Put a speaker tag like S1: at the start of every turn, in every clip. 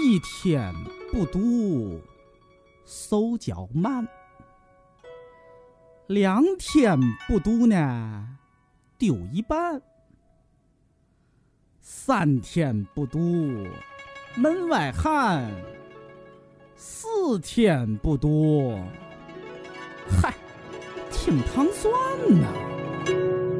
S1: 一天不读，手脚慢；两天不读呢，丢一半；三天不读，门外汉；四天不读，嗨，挺糖蒜呐。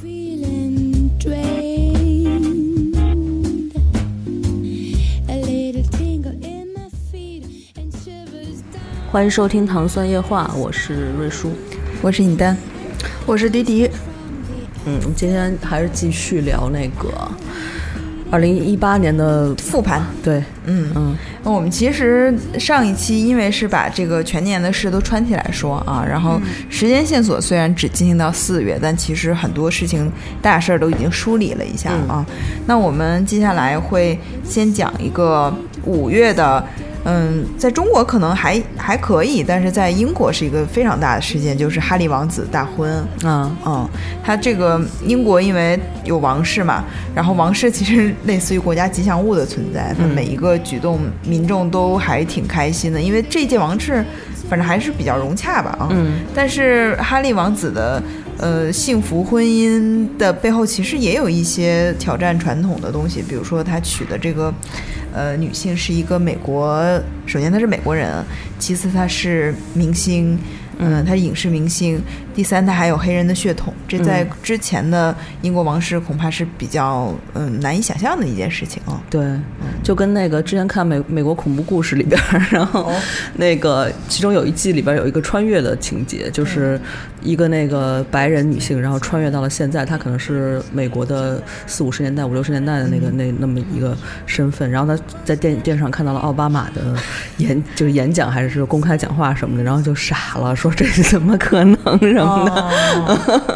S2: Feeling drained. A little tingle in my feet and shivers down.
S3: 欢迎收听《糖蒜夜话》，我是瑞叔。
S4: 我是尹丹，我是迪迪。
S3: 嗯，我们今天还是继续聊那个二零一八年的
S4: 复盘，
S3: 对，
S4: 嗯
S3: 嗯，
S4: 那我们其实上一期因为是把这个全年的事都串起来说啊，然后时间线索虽然只进行到四月，但其实很多事情大事儿都已经梳理了一下啊。那我们接下来会先讲一个五月的。嗯，在中国可能还还可以，但是在英国是一个非常大的事件，就是哈利王子大婚。
S3: 啊，
S4: 嗯，他这个英国因为有王室嘛，然后王室其实类似于国家吉祥物的存在，它每一个举动，民众都还挺开心的，因为这届王室反正还是比较融洽吧啊。
S3: 嗯，
S4: 但是哈利王子的呃幸福婚姻的背后，其实也有一些挑战传统的东西，比如说他娶的这个呃女性是一个美国，首先她是美国人，其次她是明星。嗯，她是影视明星。第三，她还有黑人的血统，这在
S3: 嗯
S4: 之前的英国王室恐怕是比较嗯难以想象的一件事情啊。
S3: 对，就跟那个之前看美美国恐怖故事里边儿， 然后
S4: 哦
S3: 那个其中有一季里边儿有一个穿越的情节，
S4: 嗯
S3: 就是一个那个白人女性，然后穿越到了现在，她可能是美国的四五十年代、五六十年代的那个
S4: 嗯
S3: 那那么一个身份，然后她在电电视上看到了奥巴马的演就是演讲还是公开讲话什么的，然后就傻了，说这是怎么可能什么的，
S4: 哦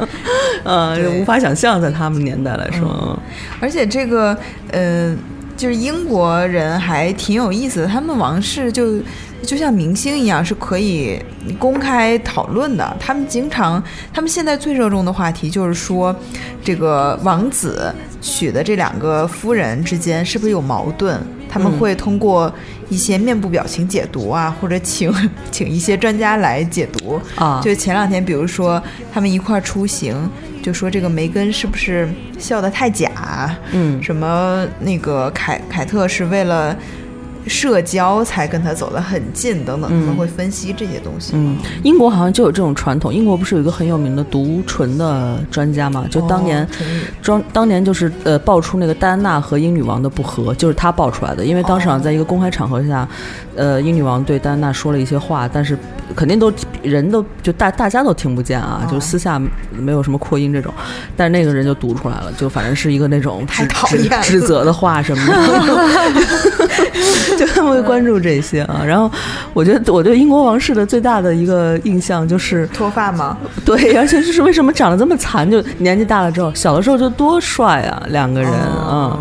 S3: 呃，
S4: 对
S3: 无法想象，在他们年代来
S4: 嗯
S3: 说，
S4: 而且这个，呃，就是英国人还挺有意思的，他们王室就就像明星一样，是可以公开讨论的。他们经常，他们现在最热衷的话题就是说，这个王子娶的这两个夫人之间是不是有矛盾？他们会通过一些面部表情解读啊，或者请请一些专家来解读。
S3: 啊，
S4: 就前两天，比如说他们一块儿出行，就说这个梅根是不是笑得太假？啊
S3: 嗯
S4: 什么那个凯凯特是为了社交才跟他走得很近，等等，他们会分析这些东西。
S3: 嗯，英国好像就有这种传统。英国不是有一个很有名的独唇的专家嘛？就当年
S4: 哦纯语
S3: 装、当年就是呃爆出那个戴安娜和英女王的不和，就是他爆出来的。因为当时好像在一个公开场合下，呃，英女王对戴安娜说了一些话，但是肯定都人都就大大家都听不见啊，
S4: 哦
S3: 就私下没有什么扩音这种。但是那个人就读出来了，就反正是一个那种
S4: 太
S3: 指
S4: 讨
S3: 指
S4: 厌了
S3: 指责的话什么的，就他们会关注这些啊。然后我觉得我对英国王室的最大的一个印象就是。
S4: 脱发吗？
S3: 对，而且就是为什么长得这么残，就年纪大了之后，小的时候就多帅啊，两个人啊、
S4: 哦
S3: 嗯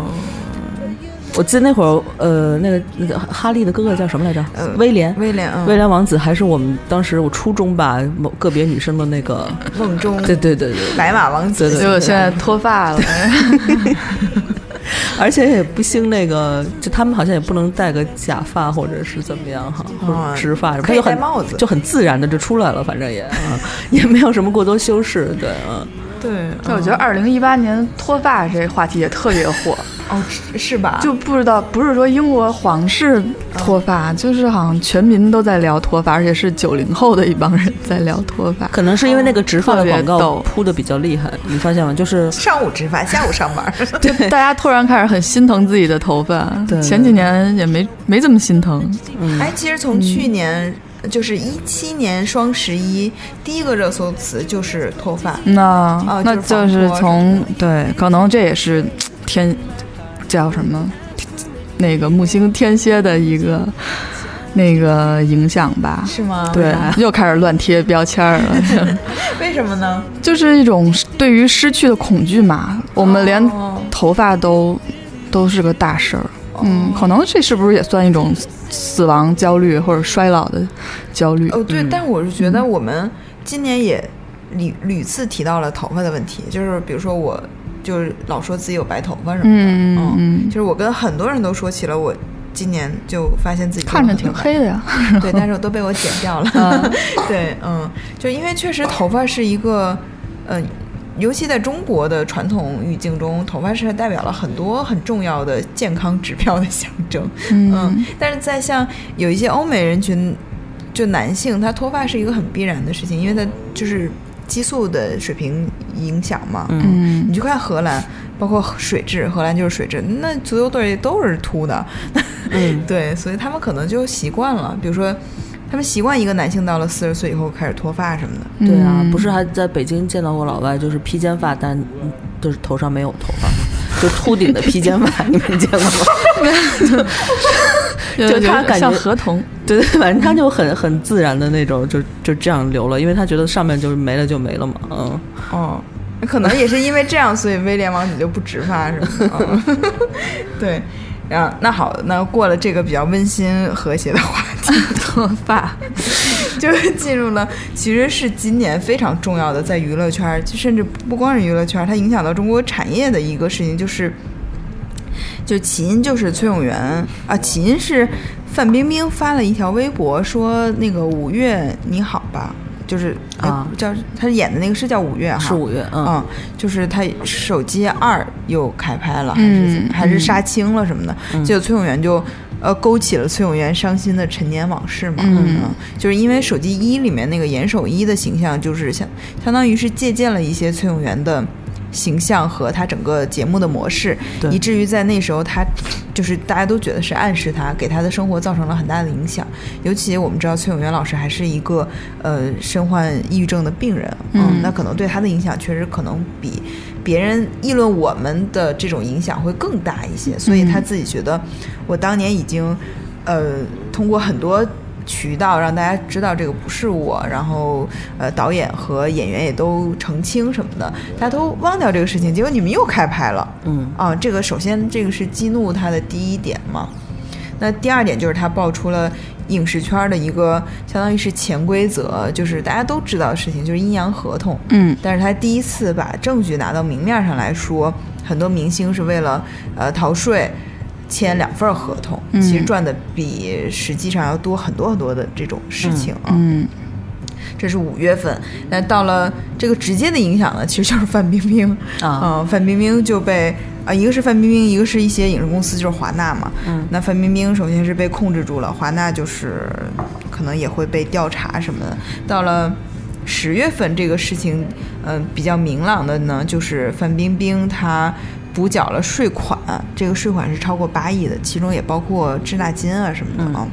S3: 我记得那会儿，呃，那个那个哈利的哥哥叫什么来着？
S4: 呃
S3: 威廉。
S4: 威廉，嗯
S3: 威廉王子还是我们当时我初中吧，某个别女生的那个，
S4: 梦中
S3: 对对对对，
S4: 白马王子，
S3: 对对
S5: 结果现在脱发了，
S3: 而且也不兴那个，就他们好像也不能戴个假发或者是怎么样哈，或者直发，
S4: 嗯
S3: 他
S4: 可以
S3: 就很
S4: 戴帽子
S3: 就很自然的就出来了，反正也、嗯也没有什么过多修饰，对，嗯，
S4: 对，
S5: 但我觉得二零一八年脱发这话题也特别火，
S4: 哦，是是吧？
S5: 就不知道不是说英国皇室脱发，就是好像全民都在聊脱发，而且是九零后的一帮人在聊脱发。
S3: 可能是因为那个植发的广
S5: 特别
S3: 告
S5: 逗
S3: 铺的比较厉害，你发现吗？就是
S4: 上午植发，下午上 班。
S5: 就大家突然开始很心疼自己的头发
S3: 对，
S5: 前几年也没没怎么心疼，
S3: 嗯
S4: 哎，其实从去年。就是一七年双十一，第一个热搜词就是脱发。
S5: 那、
S4: 哦
S5: 那
S4: 就是防脱
S5: 就是
S4: 什么
S5: 从对，可能这也是天叫什么那个木星天蝎的一个那个影响吧。
S4: 是吗？
S5: 对，
S3: 啊
S5: 又开始乱贴标签儿了，
S4: 为什么呢？
S5: 就是一种对于失去的恐惧嘛。我们连
S4: 哦
S5: 头发都都是个大事儿，
S3: 哦
S5: 嗯，可能这是不是也算一种死亡焦虑或者衰老的焦虑？
S4: 哦哦，对，但我是觉得我们今年也屡屡次提到了头发的问题，就是比如说我就是老说自己有白头发什么的，
S5: 嗯
S3: 哦
S5: 嗯嗯，
S4: 就是我跟很多人都说起了我。今年就发现自己
S5: 看着挺
S4: 有很多白头发
S5: 黑的呀。
S4: 对，但是我都被我剪掉了。 对，嗯，就因为确实头发是一个，嗯、尤其在中国的传统语境中，头发是代表了很多很重要的健康指标的象征。嗯
S5: 嗯，
S4: 但是在像有一些欧美人群，就男性他脱发是一个很必然的事情，因为他就是激素的水平影响嘛。嗯
S5: 嗯
S4: 你去看荷兰，包括水质，荷兰就是水质，那足球队都是秃的，嗯， 对，所以他们可能就习惯了，比如说，他们习惯一个男性到了四十岁以后开始脱发什么的，
S3: 对啊，
S5: 嗯
S3: 不是还在北京见到过老外，就是披肩发，但嗯就是头上没有头发，就秃顶的披肩发，你没见过 吗？
S5: 有
S3: 就
S5: 有
S3: 他
S5: 点
S3: 感
S5: 像
S3: 觉
S5: 合同，
S3: 对对，反正他就很很自然的那种，就就这样留了，因为他觉得上面就是没了就没了嘛，嗯，
S4: 哦，可能也是因为这样，所以威廉王子就不植发什么的，嗯、 对。然后那好，那过了这个比较温馨和谐的话题，
S5: 脱发，
S4: 就进入了，其实是今年非常重要的，在娱乐圈儿，就甚至不光是娱乐圈儿，它影响到中国产业的一个事情，就是，就起因就是崔永元啊，起因是范冰冰发了一条微博说那个五月你好吧，就是哎
S3: 啊
S4: 叫她演的那个是叫五月
S5: 啊
S4: 哈，
S3: 是五月，嗯，
S4: 嗯，就是他手机二又开拍了，还是怎
S5: 嗯
S4: 么还是杀青了什么的，结果崔永元就。呃，勾起了崔永元伤心的陈年往事嘛，
S5: 嗯
S4: 就是因为手机一里面那个严守一的形象，就是相相当于是借鉴了一些崔永元的形象和他整个节目的模式，
S3: 对
S4: 以至于在那时候他就是大家都觉得是暗示他，给他的生活造成了很大的影响。尤其我们知道崔永元老师还是一个呃身患抑郁症的病人，
S5: 嗯
S4: 那可能对他的影响确实可能比别人议论我们的这种影响会更大一些，所以他自己觉得我当年已经呃通过很多。渠道让大家知道这个不是我，然后呃，导演和演员也都澄清什么的，大家都忘掉这个事情，结果你们又开拍了，
S3: 嗯
S4: 啊，这个首先这个是激怒他的第一点嘛，那第二点就是他爆出了影视圈的一个相当于是潜规则，就是大家都知道的事情，就是阴阳合同。
S5: 嗯
S4: 但是他第一次把证据拿到明面上来说，很多明星是为了呃逃税。签两份合同，
S5: 嗯
S4: 其实赚的比实际上要多很多很多的这种事情啊。
S5: 嗯
S4: 这是五月份。那到了这个直接的影响呢，其实就是范冰冰
S3: 啊
S4: 嗯范冰冰就被啊、一个是范冰冰，一个是一些影视公司，就是华纳嘛。
S3: 嗯，
S4: 那范冰冰首先是被控制住了，华纳就是可能也会被调查什么的。到了。十月份这个事情，嗯、比较明朗的呢，就是范冰冰她补缴了税款，这个税款是超过八亿的，其中也包括滞纳金啊什么的啊。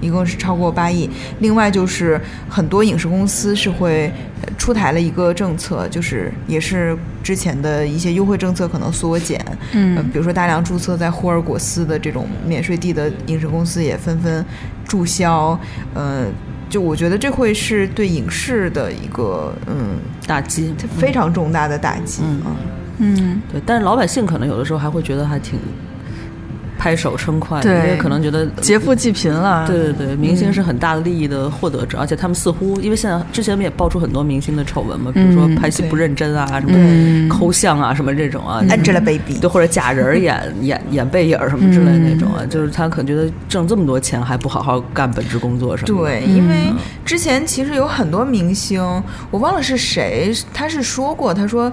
S4: 一共是超过八亿。另外就是很多影视公司是会呃出台了一个政策，就是也是之前的一些优惠政策可能缩减，呃
S5: 嗯
S4: 比如说大量注册在霍尔果斯的这种免税地的影视公司也纷纷注销，呃。就我觉得这会是对影视的一个嗯
S3: 打击，
S4: 非常重大的打击
S3: 嗯
S4: 啊，
S5: 嗯，
S3: 对，但是老百姓可能有的时候还会觉得还挺拍手称快，
S5: 对
S3: 因为可能觉得
S5: 劫富济贫了，
S3: 对对对，明星是很大的利益的获得者，而且他们似乎因为现在之前也爆出很多明星的丑闻嘛，比如说
S5: 嗯
S3: 拍戏
S4: 对
S3: 不认真啊，什么
S5: 嗯，
S3: 抠像啊，什么这种
S4: 嗯
S3: 啊，
S4: ，Angelababy，
S3: 对，或者假人儿演演演背影儿什么之类那种啊，就是他可能觉得挣这么多钱还不好好干本职工作什么的。
S4: 对，
S3: 嗯
S4: 因为之前其实有很多明星，我忘了是谁，他是说过，他说。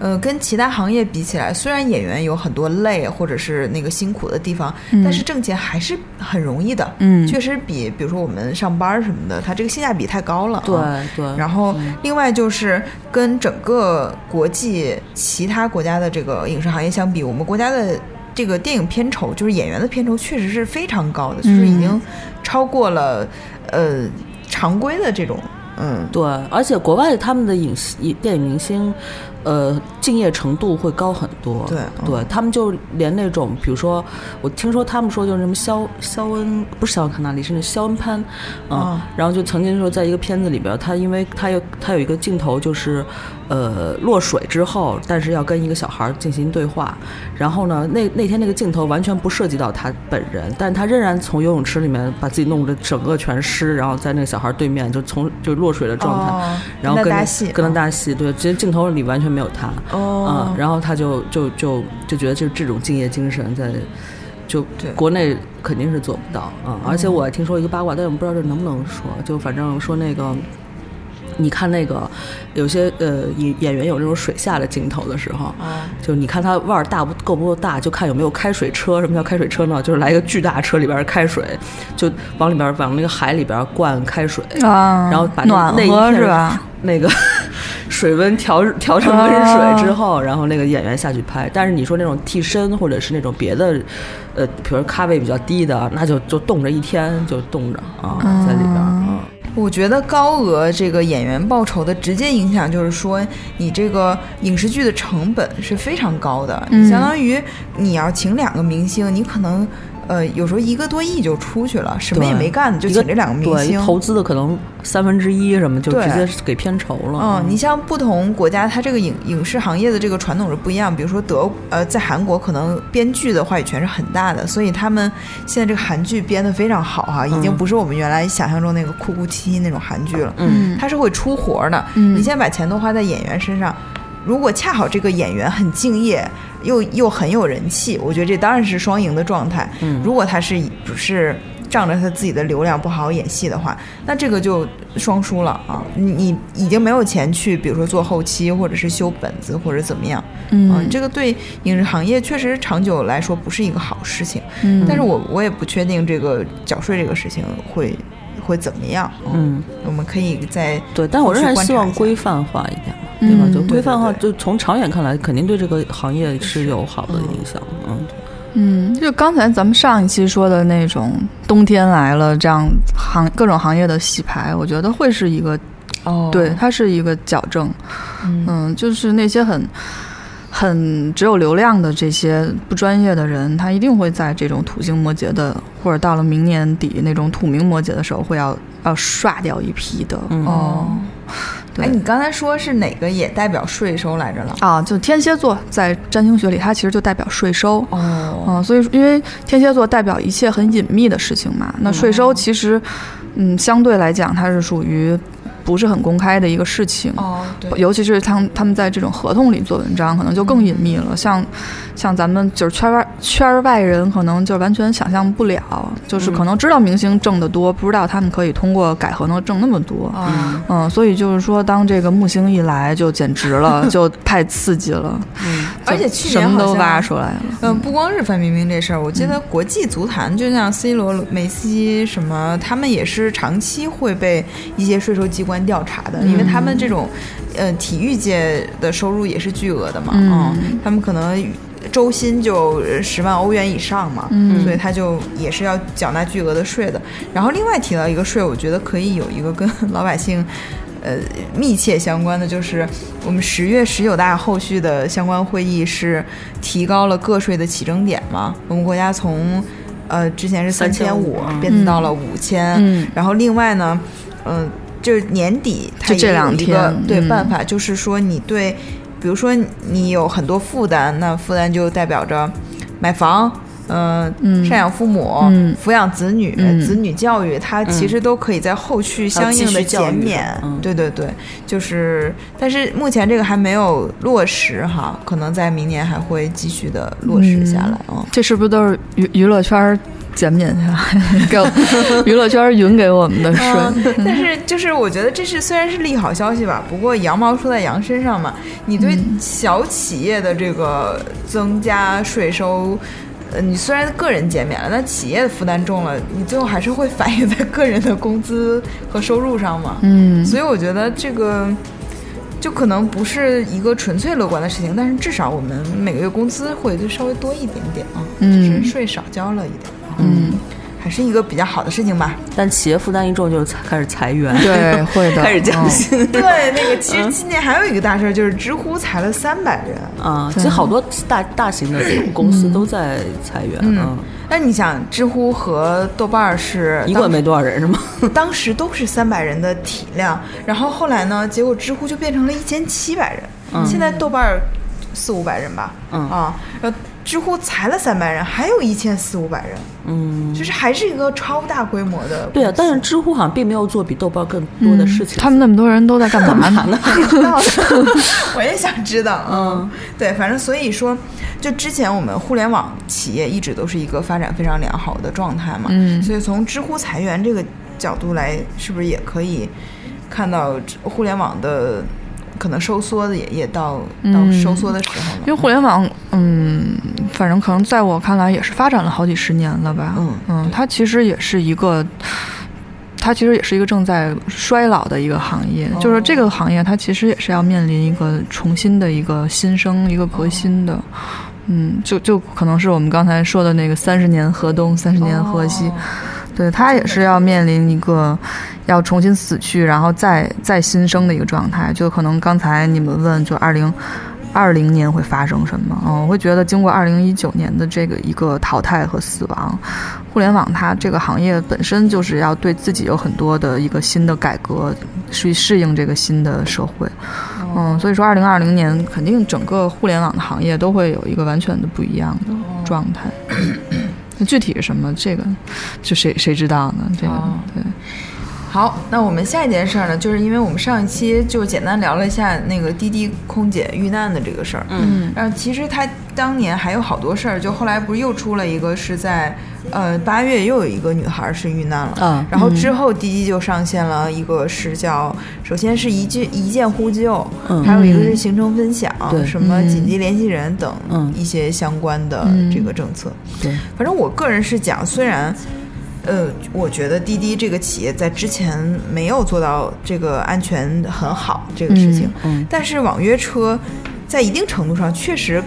S4: 呃，跟其他行业比起来，虽然演员有很多累或者是那个辛苦的地方，
S3: 嗯
S4: 但是挣钱还是很容易的。
S5: 嗯
S4: 确实比比如说我们上班什么的，它这个性价比太高了啊。
S3: 对对，
S4: 然后，另外就是跟整个国际其他国家的这个影视行业相比，我们国家的这个电影片酬，就是演员的片酬，确实是非常高的，就是已经超过了呃常规的这种嗯
S3: 对，而且国外他们的影视影电影明星，呃，敬业程度会高很多。
S4: 对嗯
S3: 对他们就连那种，比如说，我听说他们说就是什么肖肖恩，不是肖恩康纳利，是那肖恩潘，嗯，
S4: 哦
S3: 然后就曾经说在一个片子里边，他因为他有他有一个镜头就是，呃，落水之后，但是要跟一个小孩进行对话，然后呢，那那天那个镜头完全不涉及到他本人，但他仍然从游泳池里面把自己弄得整个全湿，然后在那个小孩对面就从就落落水的状态，
S4: 哦
S3: 然后
S4: 跟
S3: 跟
S4: 他搭戏
S3: 跟他搭戏，对，其实镜头里完全没有他，
S4: 哦
S3: 嗯，然后他就就就就觉得这这种敬业精神在。就
S4: 对
S3: 国内肯定是做不到啊、嗯而且我还听说一个八卦，但我不知道这能不能说。就反正说那个，你看那个有些呃演演员有那种水下的镜头的时候，
S4: 哦
S3: 就你看他腕儿大不够不够大，就看有没有开水车。什么叫开水车呢？就是来一个巨大车，里边儿开水，就往里边儿往那个海里边儿灌开水，
S5: 啊，
S3: 然后把那
S5: 暖
S3: 那一
S5: 和
S3: 片
S5: 是吧？
S3: 那个 水温调调成温水之
S5: 哦
S3: 后，然后那个演员下去拍。但是你说那种替身或者是那种别的，呃，比如咖位比较低的，那就就冻着一天就冻着啊，
S5: 嗯
S3: 在里边儿啊。
S4: 我觉得高额这个演员报酬的直接影响就是说，你这个影视剧的成本是非常高的。
S5: 嗯
S4: 你相当于你要请两个明星，你可能呃有时候一个多亿就出去了，什么
S3: 对
S4: 也没干就
S3: 一个
S4: 请这两个明
S3: 对
S4: 星。
S3: 投资的可能三分之一什么就
S4: 对
S3: 直接给片酬了。
S4: 嗯，你像不同国家，它这个影影视行业的这个传统是不一样。比如说德呃，在韩国可能编剧的话语权是很大的，所以他们现在这个韩剧编得非常好哈、已
S3: 嗯
S4: 经不是我们原来想象中那个哭哭啼啼那种韩剧了。
S5: 嗯
S4: 它是会出活儿的。
S5: 嗯
S4: 你先把钱都花在演员身上，如果恰好这个演员很敬业，又又很有人气，我觉得这当然是双赢的状态。
S3: 嗯
S4: 如果他是不是仗着他自己的流量不好好演戏的话，那这个就双输了啊！你你已经没有钱去，比如说做后期，或者是修本子，或者怎么样。啊
S3: 哦
S5: 嗯，
S4: 这个对影视行业确实长久来说不是一个好事情。
S5: 嗯
S4: 但是我我也不确定这个缴税这个事情会会怎么样。啊
S3: 嗯，
S4: 我们可以在
S3: 对，但我仍然希望
S4: 后续
S3: 规范化一点嘛，对吧？
S5: 嗯
S3: 就规范化，
S4: 对对
S3: 就从长远看来，肯定对这个行业是有好的影响。嗯，
S5: 嗯，就刚才咱们上一期说的那种冬天来了这样行各种行业的洗牌，我觉得会是一个
S4: 哦
S5: 对，它是一个矫正。
S4: 嗯
S5: 嗯，就是那些很很只有流量的这些不专业的人，他一定会在这种土星摩羯的，或者到了明年底那种土明摩羯的时候，会要要刷掉一批的。
S3: 嗯
S5: 哦，对
S4: 哎，你刚才说是哪个也代表税收来着了？
S5: 啊，就天蝎座在占星学里，它其实就代表税收。
S4: 哦，
S5: 嗯，所以说因为天蝎座代表一切很隐秘的事情嘛，那税收其实，嗯，相对来讲它是属于不是很公开的一个事情。
S4: 哦，对，
S5: 尤其是他们他们在这种合同里做文章，可能就更隐秘
S4: 嗯
S5: 了。像像咱们就是圈外圈外人，可能就完全想象不了，就是
S4: 嗯
S5: 可能知道明星挣得多，不知道他们可以通过改合同挣那么多。
S4: 啊，
S5: 嗯，所以就是说，当这个木星一来，就简直 了，就太刺激了，就
S4: 而且去年
S5: 什
S4: 好
S5: 么都
S4: 像
S5: 挖出来了。
S4: 嗯，不光是范冰冰这事儿，我记得国际足坛，就像 C 罗、梅西什么，他们也是长期会被一些税收机关调查
S5: 嗯
S4: 的，因为他们这种，呃，体育界的收入也是巨额的嘛，
S5: 嗯
S4: 他们可能周薪就十万欧元以上嘛，
S5: 嗯
S4: 所以他就也是要缴纳巨额的税的。然后另外提到一个税，我觉得可以有一个跟老百姓。呃，密切相关的就是我们十月十九大后续的相关会议是提高了个税的起征点嘛？我们国家从呃之前是三千五嗯
S3: 3500
S4: 变到了五千、
S5: 嗯
S4: 然后另外呢，嗯、就是年底它
S5: 就这
S4: 也有
S5: 两
S4: 一个
S5: 天
S4: 对
S5: 嗯
S4: 办法，就是说你对，比如说你有很多负担，那负担就代表着买房。嗯，
S5: 嗯
S4: 赡养父母、
S5: 嗯
S4: 抚养子女、
S5: 嗯
S4: 子女教育，它其实都可以在后续相应
S3: 还有
S4: 的
S3: 继续教育
S4: 减免。
S3: 嗯
S4: 对对对，就是，但是目前这个还没有落实哈，可能在明年还会继续的落实下来。嗯，
S5: 这是不是都是娱娱乐圈儿减免下 来给我娱乐圈儿匀给我们的税？
S4: 嗯，但是就是我觉得这是虽然是利好消息吧，不过羊毛出在羊身上嘛，你对
S5: 嗯
S4: 小企业的这个增加税收。呃，你虽然个人减免了，但企业的负担重了，你最后还是会反映在个人的工资和收入上嘛。
S5: 嗯
S4: 所以我觉得这个就可能不是一个纯粹乐观的事情，但是至少我们每个月工资会稍微多一点点啊，
S5: 嗯
S4: 就是税少交了一点，啊
S5: 嗯，
S4: 还是一个比较好的事情吧。
S3: 但企业负担一重，就是裁开始裁员，
S5: 对，会的，
S3: 开始降
S5: 嗯
S3: 薪。
S4: 对，那个其实今年还有一个大事儿，就是知乎裁了三百人。
S3: 啊，其实好多大大型的这种公司都在裁员，
S4: 嗯，那你想，知乎和豆瓣儿是
S3: 一
S4: 当
S3: 共也没多少人是吗？
S4: 当时都是三百人的体量，然后后来呢，结果知乎就变成了一千七百人，现在豆瓣儿四五百人吧，
S3: 嗯
S4: 啊，然后知乎才了三百人，还有一千四五百人，嗯，就是还是一个超大规模的公司。
S3: 对啊，但是知乎好像并没有做比豆瓣更多的事情。
S5: 他们那么多人都在干嘛呢？
S4: 知道的，我也想知道。嗯，对，反正所以说，就之前我们互联网企业一直都是一个发展非常良好的状态嘛，
S5: 嗯
S4: 所以从知乎裁员这个角度来，是不是也可以看到知互联网的可能收缩的也也到到收缩的时候
S5: 嗯因为
S4: 了？
S5: 互联网，嗯，反正可能在我看来也是发展了好几十年了吧。
S4: 嗯
S5: 它其实也是一个，它其实也是一个正在衰老的一个行业。
S4: 哦
S5: 就是这个行业，它其实也是要面临一个重新的一个新生、一个
S4: 哦
S5: 革新的。嗯，就就可能是我们刚才说的那个三十年河东，三十年河西。
S4: 哦
S5: 对，它也是要面临一个要重新死去，然后再再新生的一个状态。就可能刚才你们问，就二零二零年会发生什么？嗯，我会觉得经过二零一九年的这个一个淘汰和死亡，互联网它这个行业本身就是要对自己有很多的一个新的改革，去适应这个新的社会。嗯，所以说二零二零年肯定整个互联网的行业都会有一个完全的不一样的状态。那具体是什么？这个就谁谁知道呢？这个、
S4: 哦
S5: 对，
S4: 好，那我们下一件事儿呢，就是因为我们上一期就简单聊了一下那个滴滴空姐遇难的这个事儿，
S5: 嗯
S4: 然后其实他当年还有好多事儿，就后来不是又出了一个是在，呃，八月又有一个女孩是遇难了。
S3: 啊，
S4: 然后之后，滴滴就上线了一个是叫，首先是一句一键呼救，
S3: 嗯
S4: 还有一个是行程分享，
S3: 对
S4: 什么紧急联系人等
S3: 嗯
S4: 一些相关的这个政策。
S3: 对，
S4: 反正我个人是讲，虽然，呃，我觉得滴滴这个企业在之前没有做到这个安全很好这个事情，
S3: 嗯嗯
S4: 但是网约车在一定程度上确实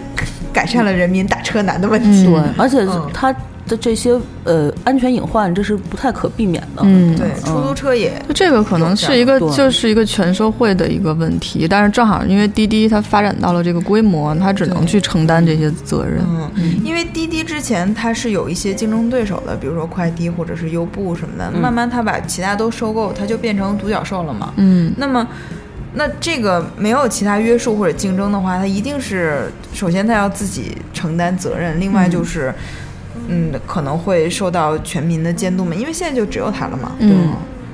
S4: 改善了人民打车难的问题。
S3: 对，而且
S4: 嗯
S3: 它的这些呃安全隐患，这是不太可避免的。
S5: 嗯，
S4: 对，出租车也
S5: 就这个可能是一个
S3: 有这样对
S5: 就是一个全社会的一个问题，但是正好因为滴滴它发展到了这个规模，它只能去承担这些责任。
S4: 嗯，因为滴滴之前它是有一些竞争对手的，比如说快滴或者是优步什么的，慢慢它把其他都收购，它就变成独角兽了嘛。
S5: 嗯
S4: 那么，那这个没有其他约束或者竞争的话，它一定是首先它要自己承担责任，另外就是，嗯可能会受到全民的监督嘛，因为现在就只有它了嘛。
S5: 嗯，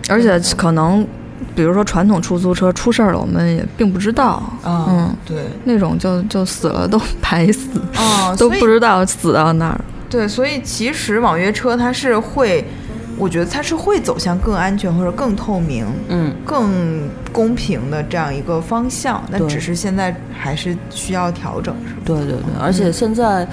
S5: 而且可能比如说传统出租车出事儿了，我们也并不知道。
S4: 啊、
S5: 嗯，
S4: 对，
S5: 那种就就死了都 白死，
S4: 哦，
S5: 嗯都
S4: 所以
S5: 不知道死到那儿。
S4: 对，所以其实网约车它是会，我觉得它是会走向更安全或者更透明、
S3: 嗯，
S4: 更公平的这样一个方向，但
S3: 对
S4: 只是现在还是需要调整，是吧？
S3: 对对对，而且现在，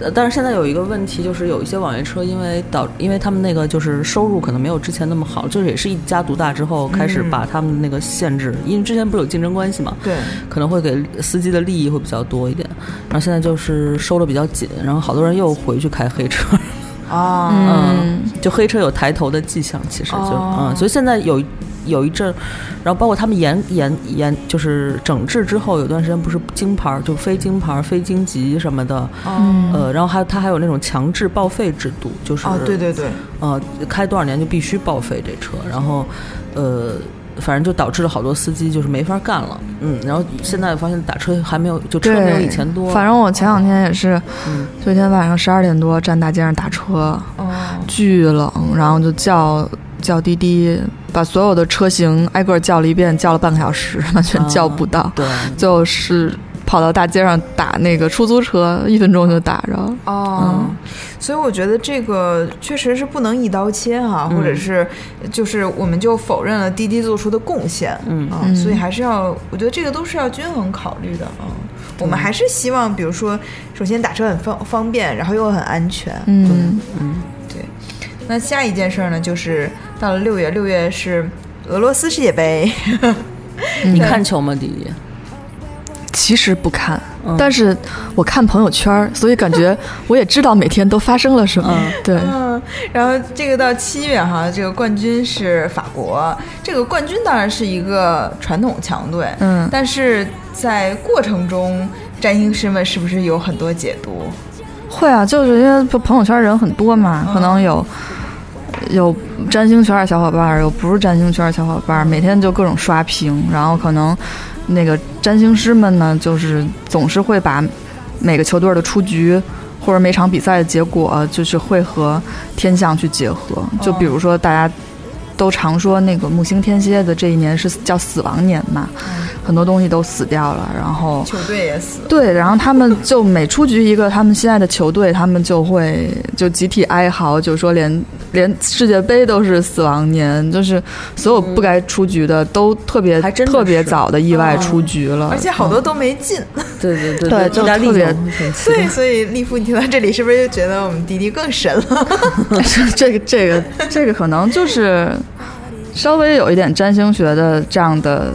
S3: 呃但是现在有一个问题，就是有一些网约车因为导，因为他们那个就是收入可能没有之前那么好，就是也是一家独大之后开始把他们的那个限制，因为之前不是有竞争关系嘛，
S4: 对，
S3: 可能会给司机的利益会比较多一点，然后现在就是收的比较紧，然后好多人又回去开黑车，
S4: 啊、
S3: 嗯，就黑车有抬头的迹象，其实就、
S4: 哦
S3: 嗯，所以现在有有一阵儿，然后包括他们严严严，就是整治之后，有段时间不是京牌儿，就非京牌儿、非京籍什么的，
S4: 嗯
S3: 呃，然后还有他还有那种强制报废制度，就是
S4: 哦，对对对，
S3: 呃，开多少年就必须报废这车，然后，呃，反正就导致了好多司机就是没法干了，嗯，然后现在发现打车还没有，就车没有以前多，
S5: 反正我前两天也是，
S3: 嗯
S5: 昨天晚上十二点多站大街上打车，
S4: 哦，
S5: 巨冷，然后就叫叫滴滴，把所有的车型挨个叫了一遍，叫了半个小时，完全
S3: 啊
S5: 叫不到，
S3: 对，
S5: 就是跑到大街上打那个出租车，一分钟就打着。
S4: 哦，所以我觉得这个确实是不能一刀切哈、
S5: 嗯
S4: 或者是就是我们就否认了滴滴做出的贡献，
S3: 嗯
S4: 啊
S5: 嗯
S4: 所以还是要，我觉得这个都是要均衡考虑的啊。我们还是希望，比如说，首先打车很方方便，然后又很安全。
S5: 嗯，
S4: 对。那下一件事儿呢，就是到了六月，六月是俄罗斯世界杯，
S5: 嗯
S3: 你看球吗，迪迪？
S5: 其实不看，但是我看朋友圈儿，所以感觉我也知道每天都发生了什么。对，
S4: 嗯，然后这个到七月哈，这个冠军是法国，这个冠军当然是一个传统强队，
S5: 嗯
S4: 但是在过程中，占星师们是不是有很多解读？
S5: 会啊，就是因为朋友圈人很多嘛，可能有。有占星圈的小伙伴儿，有不是占星圈的小伙伴儿，每天就各种刷屏，然后可能那个占星师们呢，就是总是会把每个球队的出局，或者每场比赛的结果就是会和天象去结合。就比如说大家都常说那个木星天蝎的这一年是叫死亡年嘛，很多东西都死掉了，然后
S4: 球队也死了，
S5: 对，然后他们就每出局一个他们心爱的球队，他们就会就集体哀嚎，就说连连世界杯都是死亡年，就是所有不该出局的都特别、
S3: 还真的
S5: 特别
S3: 是
S5: 早的意外出局了，
S4: 而且好多都没进。
S3: 对对对
S5: 对就
S3: 意大利
S5: 特别
S3: 总是
S4: 对，所以利夫，你听到这里是不是就觉得我们迪迪更神了？
S5: 这个这个这个可能就是稍微有一点占星学的这样的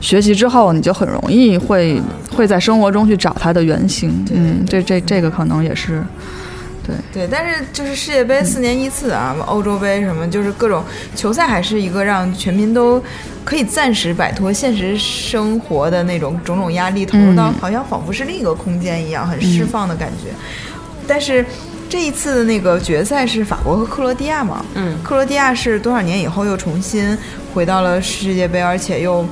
S5: 学习之后，你就很容易会会在生活中去找它的原型。嗯，这这这个可能也是
S4: 对，但是就是世界杯四年一次啊，欧洲杯什么，就是各种球赛，还是一个让全民都可以暂时摆脱现实生活的那种种种压力，投入到
S5: 嗯
S4: 好像仿佛是另一个空间一样，很释放的感觉。但是这一次的那个决赛是法国和克罗地亚嘛？
S3: 嗯，
S4: 克罗地亚是多少年以后又重新回到了世界杯，而且又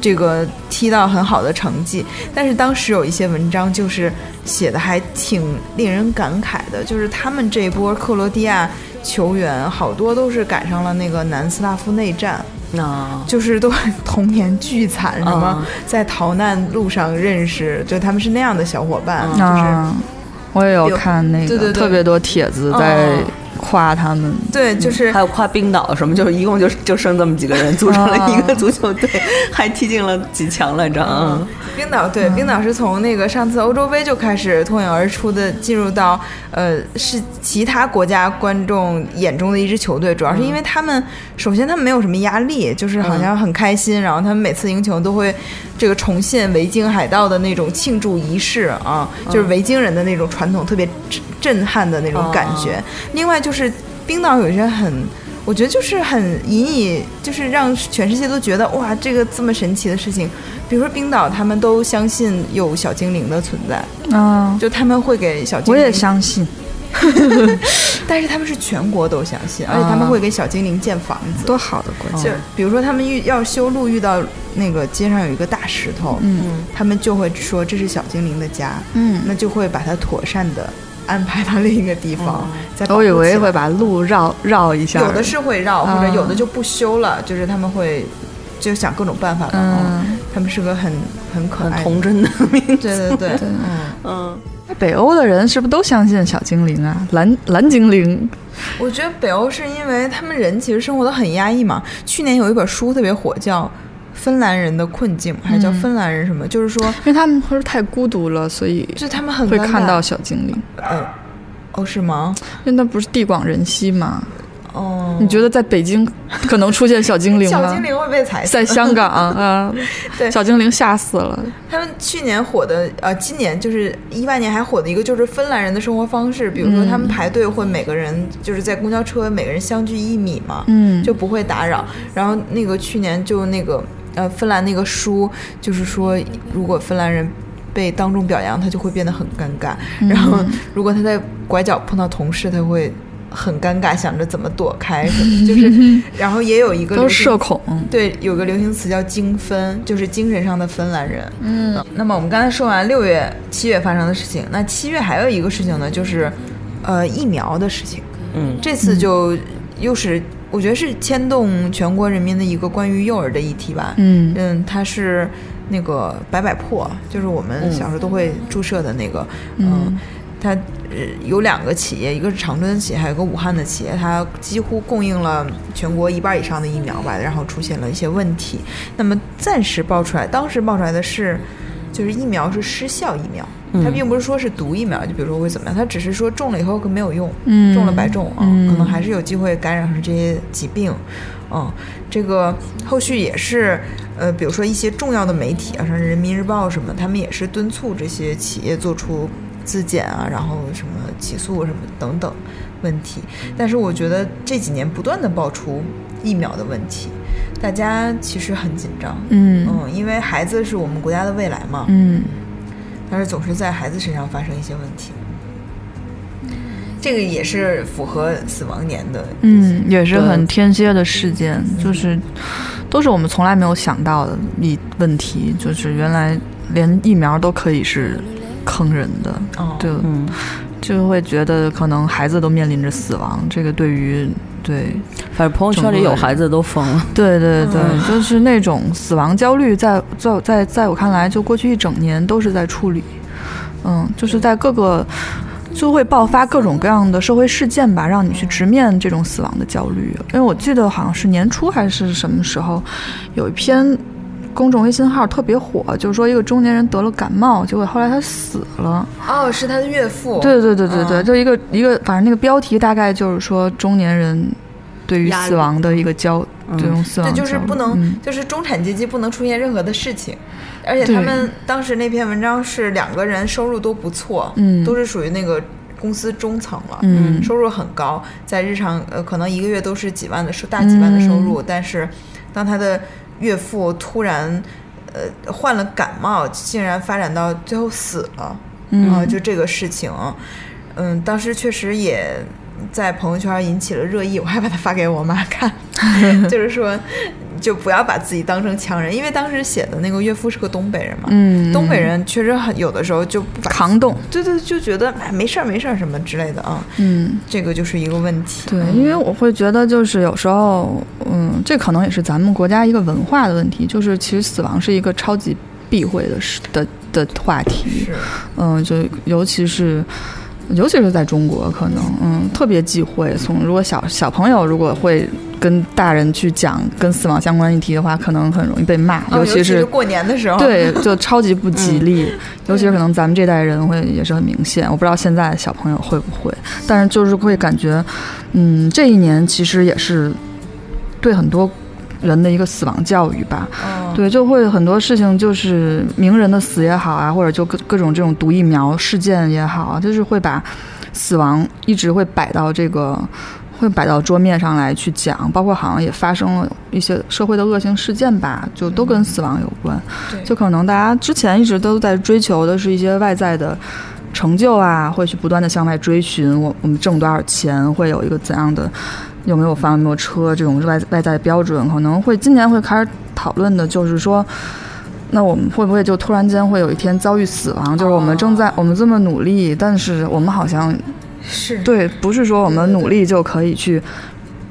S4: 这个踢到很好的成绩。但是当时有一些文章就是写的还挺令人感慨的，就是他们这一波克罗地亚球员好多都是赶上了那个南斯拉夫内战。
S3: 啊，
S4: 就是都童年巨惨，什么
S3: 嗯
S4: 在逃难路上认识，就他们是那样的小伙伴，
S3: 嗯
S4: 就是
S5: 啊，我也有
S4: 有
S5: 看那个
S4: 对对对
S5: 特别多帖子在
S4: 嗯
S5: 夸他们。
S4: 对，就是
S3: 还有跨冰岛什么，就是一共就就剩这么几个人组成了一个足球队，还踢进了几强来着啊。
S5: 嗯
S4: 冰岛对，冰岛是从那个上次欧洲杯就开始脱颖而出的，进入到呃是其他国家观众眼中的一支球队，主要是因为他们、首先他们没有什么压力，就是好像很开心，然后他们每次赢球都会这个重现维京海盗的那种庆祝仪式啊，就是维京人的那种传统，特别震震撼的那种感觉。另外就是冰岛有一些很。我觉得就是很引以，就是让全世界都觉得哇，这个这么神奇的事情。比如说冰岛，他们都相信有小精灵的存在，
S5: 啊，
S4: 就他们会给小精
S5: 我
S4: 灵，
S5: 也，相信。
S4: 但是他们是全国都相信，而且他们会给小精灵建房子。
S5: 多好的国
S4: 就比如说他们遇要修路遇到那个街上有一个大石头，
S5: 嗯
S4: 他们就会说这是小精灵的家，
S5: 嗯，
S4: 那就会把它妥善的安排到另一个地方，再保护
S5: 我以为
S4: 起来
S5: 会把路绕绕一下。
S4: 有的嗯是会绕，或
S5: 啊
S4: 者有的就不修了，就是他们会就想各种办法吧。嗯，
S5: 嗯，
S4: 他们是个很很可
S3: 很
S5: 哎
S4: 爱的，
S3: 童真的名字，
S4: 对对 对，
S5: 对
S4: 嗯，
S3: 嗯，
S5: 北欧的人是不是都相信小精灵啊？蓝蓝精灵
S4: 我觉得北欧是因为他们人其实生活的很压抑嘛。去年有一本书特别火，叫《芬兰人的困境》，还是叫《芬兰人什么》？就是说，
S5: 因为他们会是太孤独了，所以
S4: 就是他们很
S5: 会
S4: 尴尬
S5: 看到小精灵。
S4: 呃，哦，是吗？
S5: 因为那不是地广人稀嘛？
S4: 哦，
S5: 你觉得在北京可能出现小精嗯灵吗？啊
S4: 小精灵会被踩死
S5: 在香港啊，
S4: 对
S5: 小精灵吓死了。
S4: 他们去年火的，呃，今年就是一八年还火的一个，就是芬兰人的生活方式，比如
S5: 嗯
S4: 说他们排队会每个人就是在公交车每个人相距一米嘛，
S5: 嗯
S4: 就不会打扰。然后那个去年就那个呃芬兰那个书，就是说如果芬兰人。被当众表扬，他就会变得很尴尬。
S5: 嗯
S4: 然后，如果他在拐角碰到同事，他会很尴尬，想着怎么躲开什么。 就是，然后也有一个
S5: 都
S4: 流
S5: 是
S4: 行
S5: 社恐，
S4: 对，有个流行词叫“精分”，就是精神上的芬兰人。嗯，那么我们刚才说完六月、七月发生的事情，那七月还有一个事情呢，就是呃疫苗的事情。
S3: 嗯，
S4: 这次就又是我觉得是牵动全国人民的一个关于幼儿的议题吧。
S5: 嗯
S4: 嗯，它是那个百百破，就是我们小时候都会注射的那个，嗯。它呃有两个企业，一个是长春企业，还有一个武汉的企业，它几乎供应了全国一半以上的疫苗吧，然后出现了一些问题。那么暂时爆出来，当时爆出来的是，就是疫苗是失效疫苗，
S5: 嗯
S4: 它并不是说是毒疫苗，就比如说会怎么样，它只是说中了以后可没有用，
S5: 嗯
S4: 中了白中啊，
S5: 嗯
S4: 可能还是有机会感染上这些疾病。嗯，这个后续也是，呃，比如说一些重要的媒体啊，像人民日报什么，他们也是敦促这些企业做出自检啊，然后什么起诉什么等等问题。但是我觉得这几年不断的爆出疫苗的问题，大家其实很紧张。
S5: 嗯
S4: 嗯，因为孩子是我们国家的未来嘛，
S5: 嗯，
S4: 但是总是在孩子身上发生一些问题。这个也是符合死亡年的，
S5: 嗯，也是很天蝎的事件，就是都是我们从来没有想到的一问题，就是原来连疫苗都可以是坑人的，
S4: 哦
S5: 对，就会觉得可能孩子都面临着死亡，这个对于对
S3: 反正朋友圈里有孩子的都疯了。
S5: 对对
S4: 嗯
S5: 对，就是那种死亡焦虑在，在在在我看来，就过去一整年都是在处理，嗯，就是在各个就会爆发各种各样的社会事件吧，让你去直面这种死亡的焦虑。因为我记得好像是年初还是什么时候，有一篇。公众微信号特别火，就是说一个中年人得了感冒，结果后来他死了。
S4: 哦，是他的岳父，
S5: 对对对对对，
S4: 嗯
S5: 就一个一个，反正那个标题大概就是说中年人对于
S4: 压力
S5: 死亡的一个焦，这种死
S4: 这
S5: 亡焦虑，
S4: 就是不能，
S5: 嗯
S4: 就是中产阶级不能出现任何的事情，而且
S5: 对
S4: 他们当时那篇文章是两个人收入都不错，
S5: 嗯
S4: 都是属于那个公司中层了，
S5: 嗯
S4: 收入很高，在日常呃可能一个月都是几万的收大几万的收
S5: 嗯
S4: 入，但是当他的岳父突然呃患了感冒，竟然发展到最后死了，
S5: 嗯
S4: 啊就这个事情，嗯，当时确实也在朋友圈引起了热议，我还把它发给我妈看， 就是说，就不要把自己当成强人，因为当时写的那个岳父是个东北人嘛，
S5: 嗯
S4: 东北人确实很有的时候就不把，
S5: 扛冻，
S4: 对对，就觉得哎没事儿没事儿什么之类的啊，
S5: 嗯，
S4: 这个就是一个问题，
S5: 对，因为我会觉得就是有时候，嗯，这可能也是咱们国家一个文化的问题，就是其实死亡是一个超级避讳的事的的话题，
S4: 是，
S5: 嗯，就尤其是。尤其是在中国，可能嗯特别忌讳。从如果小小朋友如果会跟大人去讲跟死亡相关议题的话，可能很容易被骂，
S4: 啊尤
S5: 其是
S4: 过年的时候，，嗯
S5: 对，就超级不吉利，尤其是可能咱们这代人会也是很明显，我不知道现在小朋友会不会，但是就是会感觉，嗯，这一年其实也是对很多人的一个死亡教育吧，
S4: 嗯，
S5: 对，就会很多事情就是名人的死也好啊，或者就各各种这种毒疫苗事件也好啊，就是会把死亡一直会摆到这个。会摆到桌面上来去讲，包括好像也发生了一些社会的恶性事件吧，就都
S4: 嗯
S5: 跟死亡有关。
S4: 对
S5: 就可能大家之前一直都在追求的是一些外在的成就啊，会去不断的向外追寻我我们挣多少钱，会有一个怎样的有没有房有没有车这种外外在的标准，可能会今年会开始讨论的就是说。那我们会不会就突然间会有一天遭遇死亡？就是我们正在我们这么努力，但是我们好像
S4: 是，
S5: 对，不是说我们努力就可以去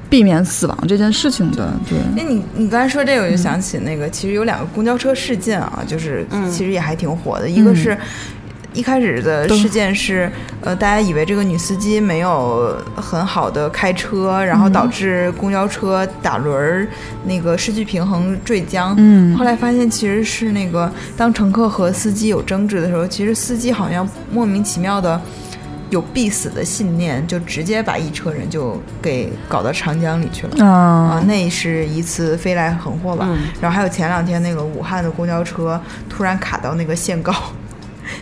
S5: 避免死亡这件事情的。对，
S4: 那你你刚才说这个，我就想起那个，其实有两个公交车事件啊，就是其实也还挺火的。一个是一开始的事件是，呃，大家以为这个女司机没有很好的开车，然后导致公交车打轮儿，那个失去平衡坠江。
S5: 嗯
S4: 后来发现其实是那个当乘客和司机有争执的时候，其实司机好像莫名其妙的。有必死的信念，就直接把一车人就给搞到长江里去了。啊
S5: 啊，，
S4: 那是一次飞来横祸吧。然后还有前两天那个武汉的公交车突然卡到那个限高，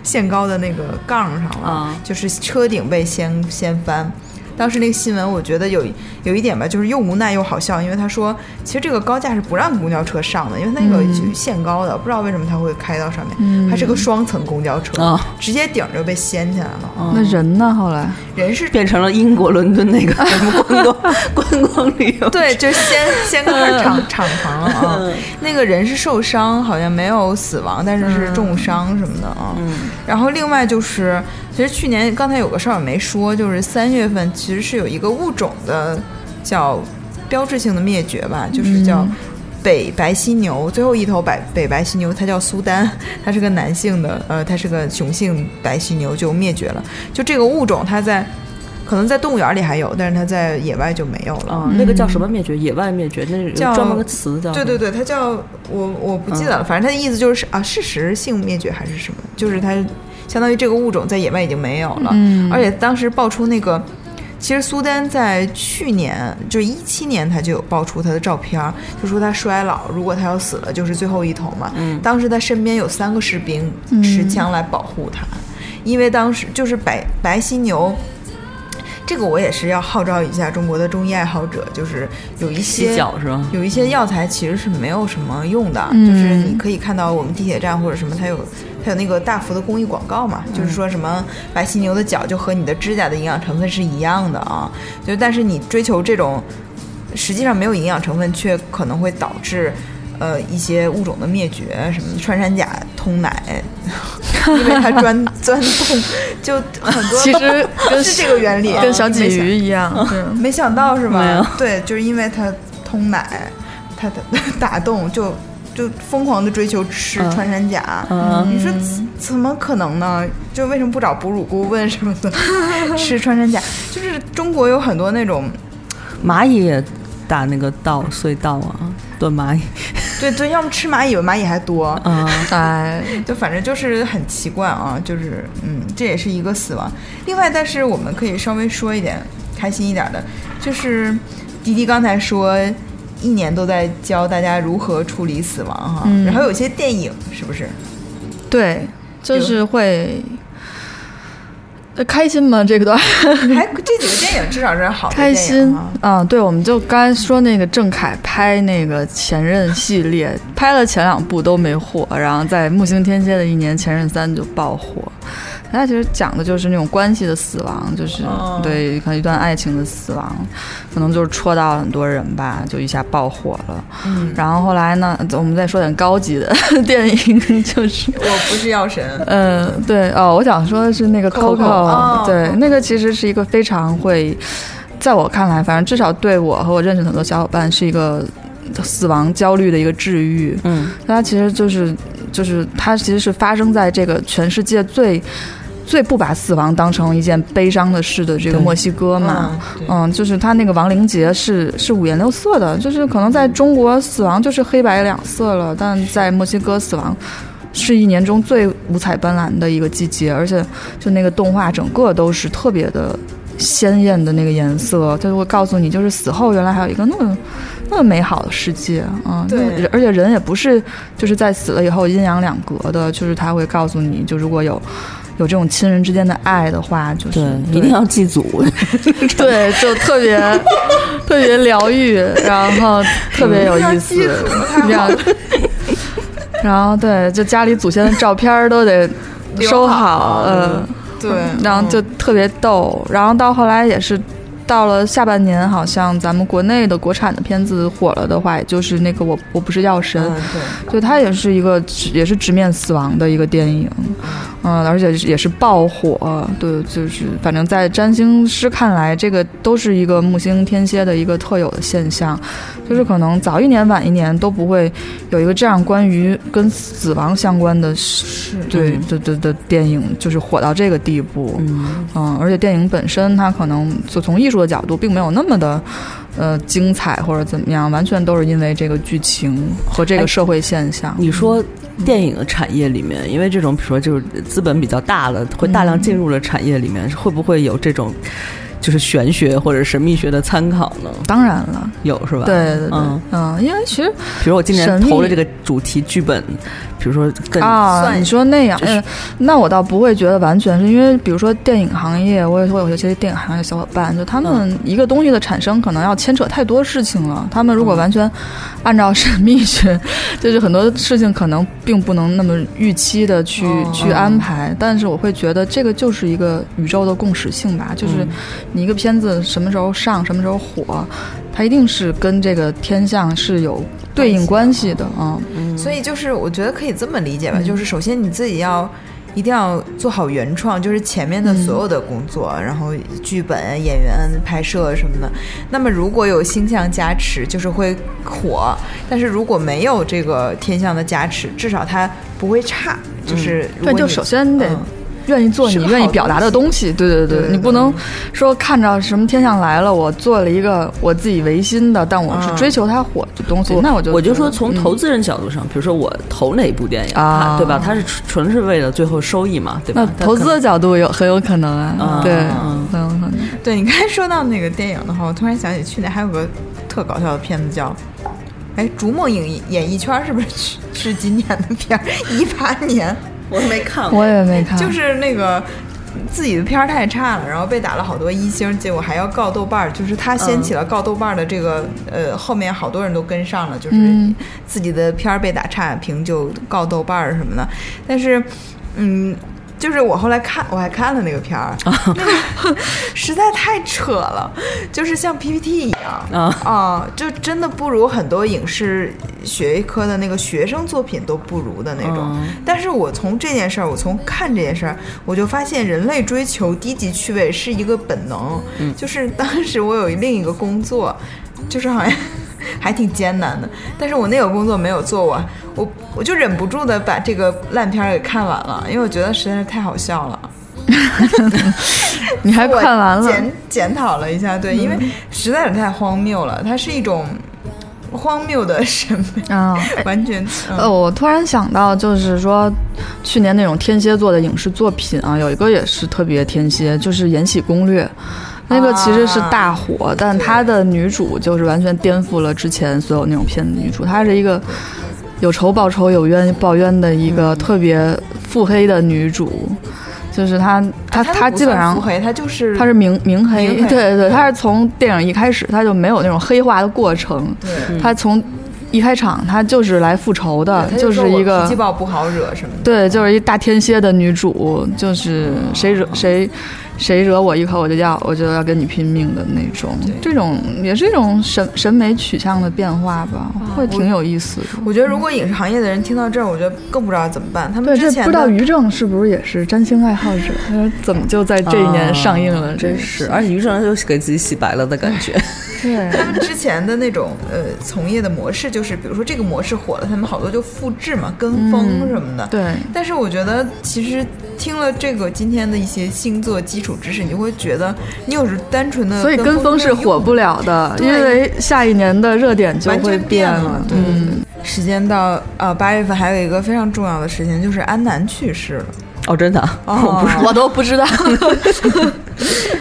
S4: 限高的那个杠上了，
S3: 啊
S4: 就是车顶被掀掀翻。当时那个新闻，我觉得有有一点吧，就是又无奈又好笑，因为他说，其实这个高架是不让公交车上的，因为它那个限高的，不知道为什么它会开到上面，它是个双层公交车，
S3: 啊
S4: 直接顶儿就被掀起来了，
S5: 嗯那人呢？后来
S4: 人是
S3: 变成了英国伦敦那个什么 观光观光旅游，
S4: 对，就先先开始敞敞房了啊。那个人是受伤，好像没有死亡，但是是重伤什么的啊。然后另外就是，其实去年刚才有个事儿没说，就是三月份其实是有一个物种的叫标志性的灭绝吧，就是叫。北白犀牛最后一头白北白犀牛，它叫苏丹， 它是个男性的，呃，它是个雄性白犀牛就灭绝了。就这个物种，它在可能在动物园里还有，但是它在野外就没有了。
S3: 啊，那个叫什么灭绝？野外灭绝，那是有
S4: 叫
S3: 专门个词叫
S4: 对对对，它叫我我不记得了，反正它的意思就是啊，事实性灭绝还是什么，就是它相当于这个物种在野外已经没有了，
S5: 嗯
S4: 而且当时爆出那个。其实苏丹在去年，就一七年，他就有爆出他的照片儿，就说他衰老，如果他要死了，就是最后一头嘛。嗯、当时他身边有三个士兵持枪来保护他，因为当时就是白白犀牛，这个我也是要号召一下中国的中医爱好者，就是有一些
S3: 洗脚是吧？
S4: 有一些药材其实是没有什么用的，
S5: 嗯
S4: 就是你可以看到我们地铁站或者什么，它有它有那个大幅的公益广告
S5: 嗯
S4: 嘛，就是说什么白犀牛的脚就和你的指甲的营养成分是一样的啊，就但是你追求这种实际上没有营养成分，却可能会导致呃一些物种的灭绝，什么穿山甲通奶，因为它钻钻洞，就很多
S5: 其实跟
S4: 是这个原理，啊
S5: 跟小鲫鱼一样，对
S4: 没想到是
S3: 没有
S4: 吧？对，就是因为它通奶，它的 打洞就就疯狂的追求吃
S3: 嗯
S4: 穿山甲。
S3: 嗯
S4: 你说怎怎么可能呢？就为什么不找哺乳顾问什么 的吃穿山甲？就是中国有很多那种，
S3: 蚂蚁也打那个道隧道啊，炖蚂蚁
S4: 对对，要么吃蚂蚁吧，蚂蚁还多，
S3: 啊，
S5: 哎，
S4: 就反正就是很奇怪啊，就是嗯，这也是一个死亡。另外，但是我们可以稍微说一点开心一点的，就是迪迪刚才说。一年都在教大家如何处理死亡哈，
S5: 嗯
S4: 然后有些电影是不 是？
S5: 对，就
S4: 比如
S5: 是会。呃开心吗？这个段
S4: 还这几个电影至少是好的电
S5: 开
S4: 影
S5: 心
S4: 啊
S5: 啊！对，我们就刚才说那个郑恺拍那个《前任》系列，拍了前两部都没火，然后在木星天蝎的一年，《前任三》就爆火。他其实讲的就是那种关系的死亡，就是、
S4: 哦
S5: 对，可能一段爱情的死亡，可能就是戳到很多人吧，就一下爆火了。
S4: 嗯
S5: 然后后来呢，我们再说点高级的 电影，就是
S4: 我不是药神，
S5: 嗯，对哦，我想说的是那个
S4: Coco，
S5: Coco，
S4: 哦
S5: 对，那个其实是一个非常会，在我看来，反正至少对我和我认识的很多小伙伴是一个死亡焦虑的一个治愈。
S3: 嗯，
S5: 它其实就是就是它其实是发生在这个全世界最最不把死亡当成一件悲伤的事的这个
S3: 对
S5: 墨西哥嘛。
S4: 嗯，
S5: 嗯，就是他那个亡灵节是是五颜六色的，就是可能在中国死亡就是黑白两色了，但在墨西哥死亡是一年中最五彩斑斓的一个季节，而且就那个动画整个都是特别的鲜艳的那个颜色，它就会告诉你，就是死后原来还有一个那么那么美好的世界啊、嗯
S4: 对
S5: 那而且人也不是就是在死了以后阴阳两隔的，就是他会告诉你，就如果有。有这种亲人之间的爱的话，就是
S3: 对，一定要祭祖，
S5: 对，就特别特别疗愈，然后特别有意思，然后然后对，就家里祖先的照片儿都得
S4: 留
S5: 收
S4: 好
S5: 好，嗯，
S4: 对，
S5: 然后就
S4: 嗯
S5: 特别逗，然后到后来也是。到了下半年，好像咱们国内的国产的片子火了的话，也就是那个我我不是药神，
S4: 嗯对，
S5: 对，它也是一个直也是直面死亡的一个电影，嗯，而且也是爆火。对，就是反正在占星师看来，这个都是一个木星天蝎的一个特有的现象，就是可能早一年晚一年都不会有一个这样关于跟死亡相关的
S4: 是
S5: 对
S3: 嗯
S5: 对对的电影，就是火到这个地步。
S3: 嗯，
S5: 嗯，而且电影本身它可能就从艺术的角度并没有那么的，呃，精彩或者怎么样，完全都是因为这个剧情和这个
S3: 哎
S5: 社会现象。
S3: 你说电影的产业里面，因为这种比如说就是资本比较大了，会大量进入了产业里面，会不会有这种就是玄学或者神秘学的参考呢？
S5: 当然了，
S3: 有是吧？
S5: 对对对，
S3: 嗯
S5: 嗯，因为其实
S3: 比如我今年
S5: 神秘
S3: 投了这个主题剧本，比如说更
S5: 啊，
S4: 算
S5: 你说那样，
S3: 就是
S5: 嗯，那我倒不会觉得完全是因为，比如说电影行业，我也会有一些电影行业的小伙伴，就他们一个东西的产生可能要牵扯太多事情了，他们如果完全按照神秘学， 就是很多事情可能并不能那么预期的去、
S4: 哦
S5: 去安排，但是我会觉得这个就是一个宇宙的共识性吧，就是你一个片子什么时候上，什么时候火，它一定是跟这个天象是有对应关系的啊。
S4: 所以就是我觉得可以这么理解
S5: 嗯
S4: 吧，就是首先你自己要。一定要做好原创，就是前面的所有的工作，
S5: 嗯
S4: 然后剧本、演员、拍摄什么的。那么如果有星象加持，就是会火；但是如果没有这个天象的加持，至少它不会差。就是如果
S5: 嗯对，
S4: 你
S5: 就首先你得
S4: 嗯
S5: 愿意做
S4: 是
S5: 你
S4: 个
S5: 愿意
S4: 好
S5: 表达的
S4: 东
S5: 东西，对对
S4: 对对
S5: 对，你不能说看着什么天象来了，我做了一个我自己违心的，但我是
S4: 嗯
S5: 追求它火的东西
S3: 不，
S5: 那啊我就
S3: 我就
S5: 觉得
S3: 说从
S5: 嗯
S3: 投资人角度上，比如说我投哪一部电影，它
S5: 啊
S3: 对吧？它是纯纯是为了最后收益嘛，对
S5: 那
S3: 吧？它
S5: 投资
S3: 可
S5: 的
S3: 能
S5: 角度有很有可能啊
S3: 啊，
S5: 对
S3: 嗯，
S5: 很有可能。
S4: 对你刚才说到那个电影的话，我突然想起去年还有个特搞笑的片子叫。哎，《逐梦影演艺圈》是不是是是今年的片儿？一八年，
S3: 我没看过，
S5: 我也没看，
S4: 就是那个自己的片儿太差了，然后被打了好多一星，结果还要告豆瓣儿，就是他掀起了告豆瓣儿的这个、呃，后面好多人都跟上了，就是
S5: 嗯
S4: 自己的片儿被打差评就告豆瓣儿什么的，但是嗯。就是我后来看，我还看了那个片 儿，那个实在太扯了，就是像 PPT 一样
S3: 啊
S4: 啊，就真的不如很多影视学科的那个学生作品都不如的那种
S3: 嗯。
S4: 但是我从这件事儿，我从看这件事儿，我就发现人类追求低级趣味是一个本能。
S5: 嗯
S4: 就是当时我有另一个工作， 就是好像还挺艰难的，但是我那个工作没有做完，我我就忍不住的把这个烂片儿给看完了，因为我觉得实在是太好笑了。
S5: 你还
S4: 我
S5: 看完了？嗯
S4: 检检讨了一下，对，因为实在是太荒谬了，它是一种荒谬的审美，
S5: 啊，
S4: 完全。嗯
S5: 呃，我突然想到，就是说，去年那种天蝎座的影视作品啊，有一个也是特别天蝎，就是《延禧攻略》，那个其实是
S4: 啊
S5: 大火，但它的女主就是完全颠覆了之前所有那种片子女主，她是一个有仇报仇、有冤报冤的一
S4: 嗯
S5: 个特别腹黑的女主，就是她，
S4: 它
S5: 她，她
S4: 啊不
S5: 呃基本
S4: 算
S5: 上
S4: 腹黑，它就是
S5: 她是明明黑，
S4: 明黑
S5: 对对
S4: 对
S5: 对，她是从电影一开始她就没有那种黑化的过程，
S4: 对。
S5: 她从一开场她就是来复仇的，
S4: 嗯对它
S5: 啊就是
S4: 说我
S5: 一个
S4: 脾气暴不好惹什么的，
S5: 对，就是一大天蝎的女主，就是谁惹谁谁惹我一口，我就要我就要跟你拼命的那种。这种也是一种审审美取向的变化吧，会挺有意思的。
S4: 啊我觉得如果影视行业的人听到这儿，我觉得更不知道怎么办。他们
S5: 对，这
S4: 之前
S5: 不知道
S4: 的
S5: 于正是不是也是占星爱好者？ 他说怎么就在这一年上映了？哎
S3: 啊真是，而且于正就给自己洗白了的感觉。
S5: 对，
S4: 他们 之前的那种呃从业的模式，就是比如说这个模式火了，他们好多就复制嘛，跟风什么的。
S5: 嗯对，
S4: 但是我觉得，其实听了这个今天的一些星座基础知识，你就会觉得，你有时单纯的
S5: 所以跟风是火不了的，因为下一年的热点就
S4: 完
S5: 会
S4: 全变了。对对
S5: 嗯
S4: 对，时间到呃八月份还有一个非常重要的事情，就是安南去世了。
S3: 哦，真的啊，
S4: 哦
S3: 我不是，
S5: 我都不知道，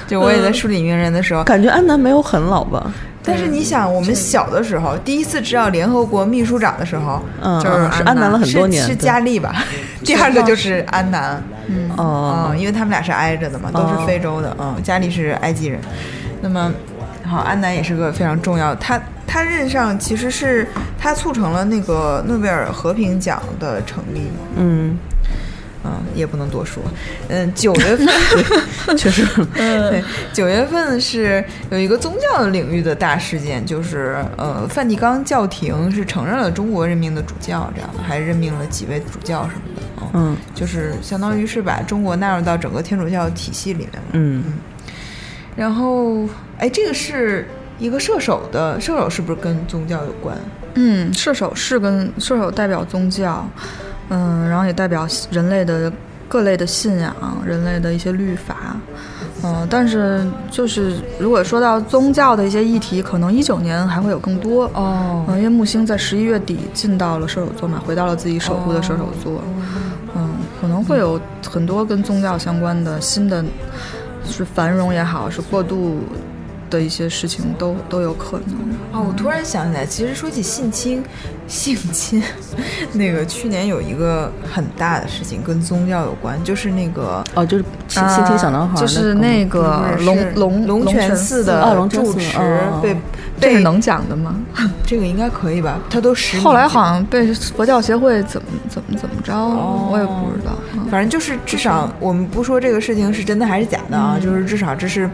S4: 就我也
S3: 嗯
S4: 在梳理名人的时候，
S3: 感觉安南没有很老吧？
S4: 但是你想，我们小的时候第一次知道联合国秘书长的时候，
S3: 嗯
S4: 就是
S3: 嗯是安南了很多年
S4: 是是
S3: 对
S4: 佳丽吧？ 第二个就是安南，
S5: 啊
S3: 哦，
S4: 嗯，因为他们俩是挨着的嘛，都是非洲的，嗯，佳丽是埃及人，那么。好，安南也是个非常重要，他他任上其实是他促成了那个诺贝尔和平奖的成立嘛，
S3: 嗯，
S4: 嗯，也不能多说。嗯，九 月份确实，
S3: 嗯
S4: 对，九月份是有一个宗教领域的大事件，就是呃，梵蒂冈教廷是承认了中国任命的主教，这样的还任命了几位主教什么的。啊
S3: 嗯
S4: 就是相当于是把中国纳入到整个天主教体系里面了。
S3: 嗯，
S4: 然后，哎，这个是一个射手的，射手是不是跟宗教有关？
S5: 嗯，射手是跟射手代表宗教，嗯，然后也代表人类的各类的信仰，人类的一些律法，嗯，但是就是如果说到宗教的一些议题，可能一九年还会有更多
S4: 哦
S5: 嗯，因为木星在十一月底进到了射手座嘛，回到了自己守护的射手座，嗯，可能会有很多跟宗教相关的新的，是繁荣也好，是过渡的一些事情都都有可能。
S4: 哦，我突然想起来，其实说起性侵，性侵，那个去年有一个很大的事情跟宗教有关，就是那个
S3: 哦，就是先
S5: 啊
S3: 先听小男孩儿，
S5: 就是那个
S4: 不是是
S5: 龙龙
S4: 龙泉寺
S3: 哦
S4: 的
S3: 龙泉寺
S4: 住持
S3: 哦
S4: 被
S5: 这
S4: 被
S5: 是能讲的吗？
S4: 这个应该可以吧？他都实名
S5: 后来
S4: 制
S5: 好像被佛教协会怎么怎么怎么着，我也不知道。嗯
S4: 反正就是至少我们不说这个事情是真的还是假的
S5: 嗯
S4: 啊，就是至少这是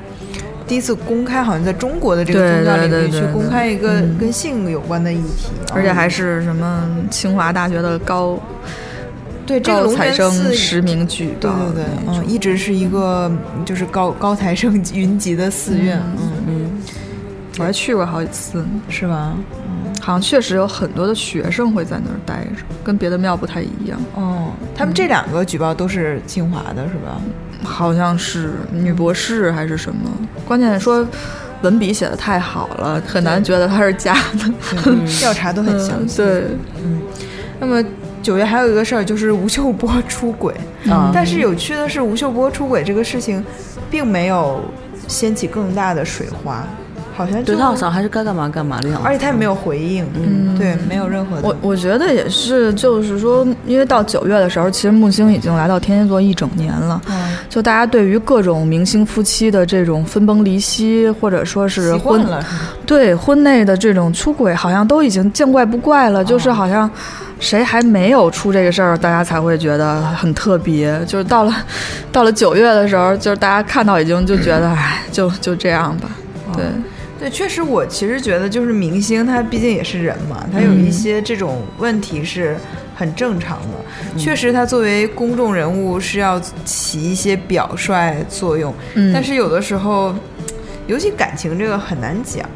S4: 第一次公开，好像在中国的这个
S5: 对
S4: 宗教领
S5: 对
S4: 域
S5: 对
S4: 去
S5: 对
S4: 公
S5: 对嗯
S4: 开一个跟性有关的议题啊，
S5: 而且还是什么清华大学的高
S4: 对这个
S5: 高
S4: 龙
S5: 材
S4: 泉
S5: 生
S4: 寺
S5: 实名举
S4: 对
S5: 报
S4: 对对，
S5: 那种
S4: 嗯，一直是一个嗯就是高高材生云集的寺院，嗯，
S5: 我还去过好几次，
S4: 是吧？
S5: 好像确实有很多的学生会在那儿待着，跟别的庙不太一样，
S4: 哦，他们这两个举报都是清华的，是吧？
S5: 好像是女博士还是什么。关键是说文笔写的太好了，很难觉得它是假的。
S3: 嗯
S4: 调查都很详细。
S5: 对，
S4: 那么九月还有一个事儿就是吴秀波出轨，
S3: 啊，
S4: 但是有趣的是，吴秀波出轨这个事情，并没有掀起更大的水花，好像就
S3: 对他好像还是该干嘛干嘛的样子，
S4: 而且他也没有回应，
S3: 嗯
S4: 对，没有任何的
S5: 我我觉得也是，就是说，因为到九月的时候，其实木星已经来到天蝎座一整年了，
S4: 嗯
S5: 就大家对于各种明星夫妻的这种分崩离析，或者说是
S4: 习
S5: 婚
S4: 惯了，是吗
S5: 嗯对婚内的这种出轨，好像都已经见怪不怪了，就是好像谁还没有出这个事儿，大家才会觉得很特别。就是到了 到了九月的时候，就是大家看到已经就觉得，哎，就就这样吧。对，
S4: 对，确实，我其实觉得就是明星，他毕竟也是人嘛，他有
S3: 嗯
S4: 一些这种问题是很正常的。
S3: 嗯
S4: 确实，他作为公众人物是要起一些表率作用，
S5: 嗯
S4: 但是有的时候，尤其感情这个很难讲。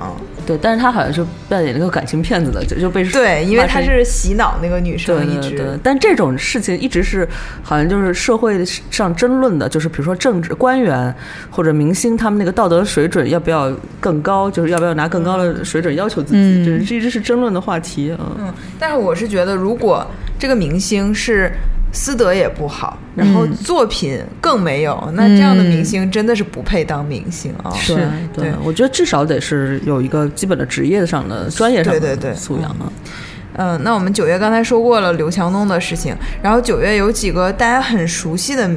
S3: 对，但是他好像是扮演了一个感情骗子的，就就被
S4: 对，因为他
S3: 骂成
S4: 是洗脑那个女
S3: 对
S4: 生一
S3: 对
S4: 直。
S3: 对，但这种事情一直是好像就是社会上争论的，就是比如说政治官员或者明星，他们那个道德水准要不要更高，就是要不要拿更高的水准要求自己，
S5: 嗯
S3: 这这一直是争论的话题。嗯，
S4: 但是我是觉得，如果这个明星是私德也不好，然后
S3: 嗯
S4: 作品更没有，那这样的明星真的是不配当明星啊、
S3: 对嗯对，
S4: 对
S3: 我觉得至少得是有一个基本的职业上的、专业上
S4: 对对对
S3: 的素养啊。
S4: 嗯，那我们九月刚才说过了刘强东的事情，然后九月有几个大家很熟悉的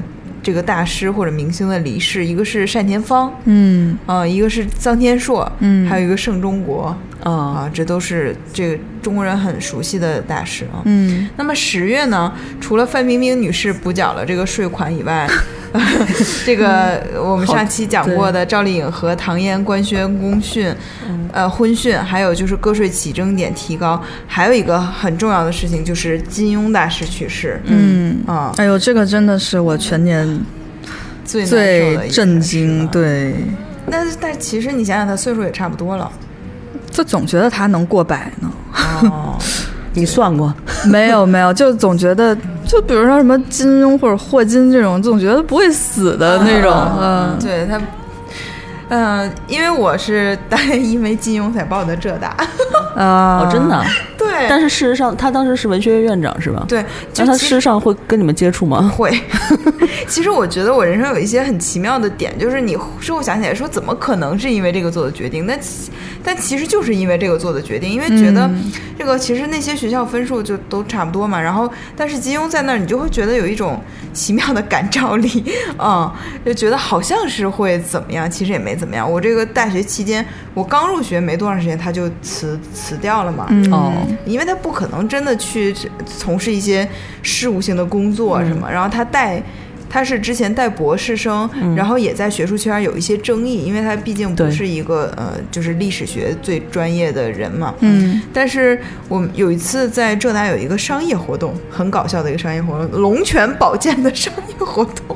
S4: 这个大师或者明星的离世，一个是单田芳，
S5: 嗯
S4: 啊、一个是臧天朔，
S5: 嗯哦
S4: 还有一个盛中国，
S3: 啊，
S4: 啊，这都是这个中国人很熟悉的大师啊。
S5: 嗯，
S4: 那么十月呢，除了范冰冰女士补缴了这个税款以 外，这个
S5: 嗯
S4: 我们上期讲过的赵丽颖和唐嫣官宣公讯，
S5: 嗯
S4: 呃，婚讯，还有就是个税起征点提高，还有一个很重要的事情就是金庸大师去世，
S5: 嗯
S4: 啊，
S5: 哎呦，这个真的是我全年
S4: 最难受的一
S5: 最
S4: 件
S5: 震
S4: 事
S5: 惊。
S4: 吧。
S5: 对，
S4: 那但其实你想想，他岁数也差不多 了，
S5: 就总觉得他能过百呢。
S4: 哦，
S3: 你算过？
S5: 没有没有，就总觉得，就比如说什么金庸或者霍金这种，总觉得不会死的那种，嗯，
S4: 对他。嗯、因为我是大概因为金庸才报的浙大，
S5: 啊，
S3: 哦，真的。
S4: 对，
S3: 但是事实上，他当时是文学院院长是吧？。
S4: 对，就
S3: 那他
S4: 其
S3: 事实上会跟你们接触 吗？
S4: 会。其实我觉得我人生有一些很奇妙的点，就是你事后想起来说，怎么可能是因为这个做的决定？但其但其实就是因为这个做的决定，因为觉得这个其实那些学校分数就都差不多嘛。然后，但是金庸在那儿，你就会觉得有一种奇妙的感召力，嗯，就觉得好像是会怎么样，其实也没怎么样。我这个大学期间，我刚入学没多长时间，他就辞辞掉了嘛，
S5: 嗯
S3: 哦，
S4: 因为他不可能真的去从事一些事务性的工作什
S3: 嗯
S4: 么，然后他带。他是之前带博士生，
S3: 嗯
S4: 然后也在学术圈有一些争议，因为他毕竟不
S3: 对
S4: 是一个呃，就是历史学最专业的人嘛。
S5: 嗯，
S4: 但是我们有一次在浙大有一个商业活动，很搞笑的一个商业活动，龙泉保健的商业活动，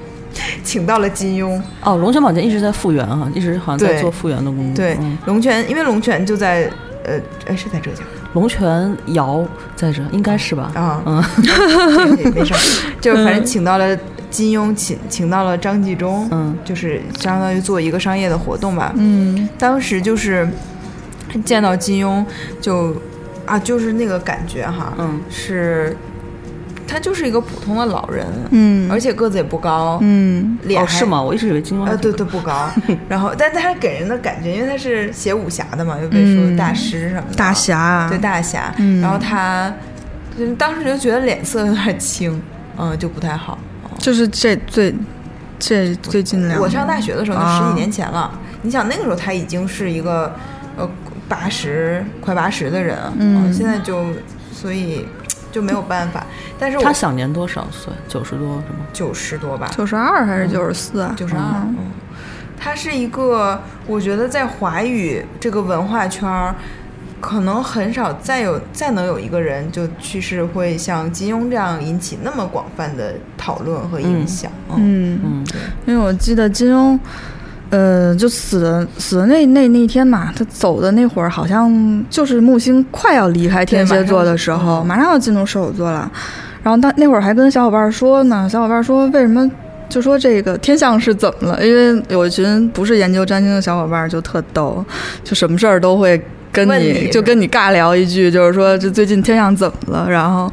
S4: 请到了金庸。
S3: 哦，龙泉保健一直在复原啊，一直好像在
S4: 对
S3: 做复原的工作。
S4: 对，
S3: 嗯
S4: 龙泉，因为龙泉就在呃，哎是在浙江。
S3: 龙泉瑶在这应该是吧？
S4: 啊
S3: 嗯，
S4: 对 没事儿，就是反正请到了金庸，请请到了张纪中，
S3: 嗯，
S4: 就是相当于做一个商业的活动吧，嗯，当时就是见到金庸就啊，就是那个感觉哈，
S3: 嗯，
S4: 是他就是一个普通的老人，
S5: 嗯
S4: 而且个子也不高，
S5: 嗯，
S4: 脸
S3: 哦，
S4: 还
S3: 是？吗？我一直以为金庸。
S4: 啊，对对，不 高。然后，但但他给人的感觉，因为他是写武侠的嘛，又被说
S5: 嗯
S4: 大师什么的，
S5: 大侠啊
S4: 对大侠。
S5: 嗯
S4: 然后他就当时就觉得脸色有点青，嗯，就不太好。
S5: 就是这最这最近两，
S4: 我上大学的时候就
S5: 啊
S4: 十几年前了，你想那个时候他已经是一个呃八十快八十的人，呃
S5: 嗯
S4: 现在就所以就没有办法。但是我
S3: 他享年多少岁？九十多是吗？
S4: 九十多吧，
S5: 九十二还是九十四啊？
S4: 九十二。嗯，他是一个，我觉得在华语这个文化圈儿，可能很少再有再能有一个人就去世会像金庸这样引起那么广泛的讨论和影响。嗯
S5: 嗯，
S3: 嗯，
S5: 因为我记得金庸。呃，就死的死的那那那天嘛，他走的那会儿，好像就是木星快要离开天蝎座的时候，
S4: 对
S5: 马上要进入射手座了。然后他那会儿还跟小伙伴说呢，小伙伴说为什么就说这个天象是怎么了？因为有一群不是研究占星的小伙伴就特逗，就什么事儿都会跟
S4: 问
S5: 你
S4: 你
S5: 就跟你尬聊一句，就是说这最近天象怎么了？然后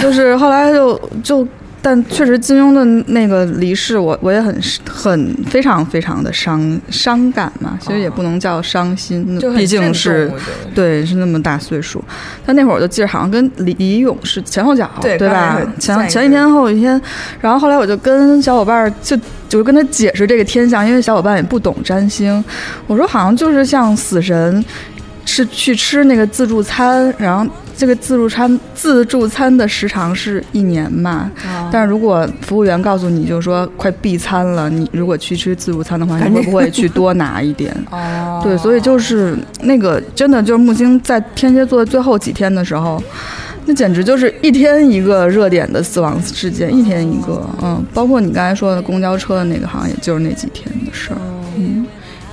S5: 就是后来就就。但确实，金庸的那个离世我，我也很很非常非常的伤伤感嘛，其实也不能叫伤心，
S4: 哦就很
S5: 毕竟
S4: 震
S5: 是
S4: 动我觉得
S5: 对，是那么大岁数。但那会儿我就记着，好像跟李李勇是前后脚，
S4: 对
S5: 对
S4: 刚才
S5: 吧
S4: 有？在
S5: 前
S4: 一
S5: 前
S4: 个
S5: 一天后一天，然后后来我就跟小伙伴儿就就跟他解释这个天象，因为小伙伴也不懂占星，我说好像就是像死神。是去吃那个自助餐，然后这个自助餐自助餐的时长是一年嘛，
S4: 哦
S5: 但是如果服务员告诉你，就是说快闭餐了，你如果去吃自助餐的话，你会不会去多拿一点？
S4: 哦
S5: 对，所以就是那个真的就是木星在天蝎座最后几天的时候，那简直就是一天一个热点的死亡事件，一天一个，嗯，包括你刚才说的公交车的那个，好像也就是那几天的事儿。
S4: 哦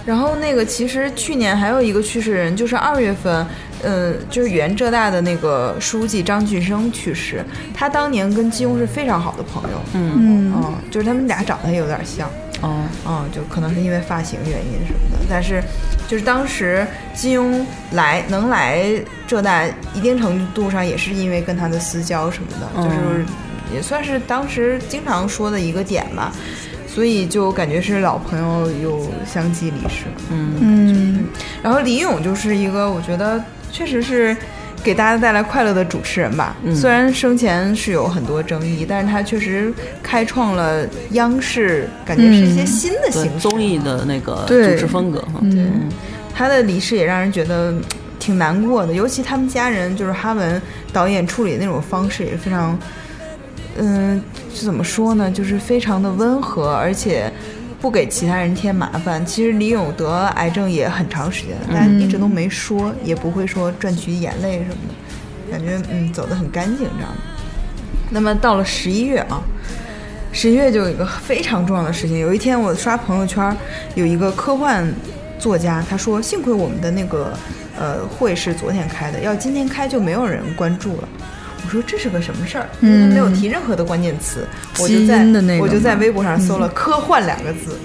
S4: 然后那个，其实去年还有一个去世人，就是二月份，嗯、就是原浙大的那个书记张俊生去世。他当年跟金庸是非常好的朋友，嗯，
S5: 嗯，
S4: 就是他们俩长得也有点像，
S3: 哦，
S4: 嗯，就可能是因为发型原因什么的。但是，就是当时金庸来能来浙大，一定程度上也是因为跟他的私交什么的，就是也算是当时经常说的一个点吧。所以就感觉是老朋友又相继离世。
S5: 嗯，
S4: 然后李咏就是一个，我觉得确实是给大家带来快乐的主持人吧。虽然生前是有很多争议，但是他确实开创了央视，感觉是一些
S5: 嗯
S4: 新的
S3: 对
S4: 形式。
S3: 综艺的那个主
S5: 对
S3: 持风格哈，
S5: 嗯
S4: 他的离世也让人觉得嗯挺难过的，尤其他们家人，就是哈文导演处理那种方式也非常，嗯、是怎么说呢？就是非常的温和，而且。不给其他人添麻烦。其实李咏得癌症也很长时间了，但一直都没说，也不会说赚取眼泪什么的，感觉嗯走得很干净这样的。那么到了十一月啊，十一月就有一个非常重要的事情。有一天我刷朋友圈，有一个科幻作家，他说幸亏我们的那个呃会是昨天开的，要今天开就没有人关注了。我说这是个什么事儿？因为他没有提任何的关键词，我就在
S5: 基嗯因的那个
S4: 我就在
S5: 吗
S4: 微博上搜了“科幻”两个字，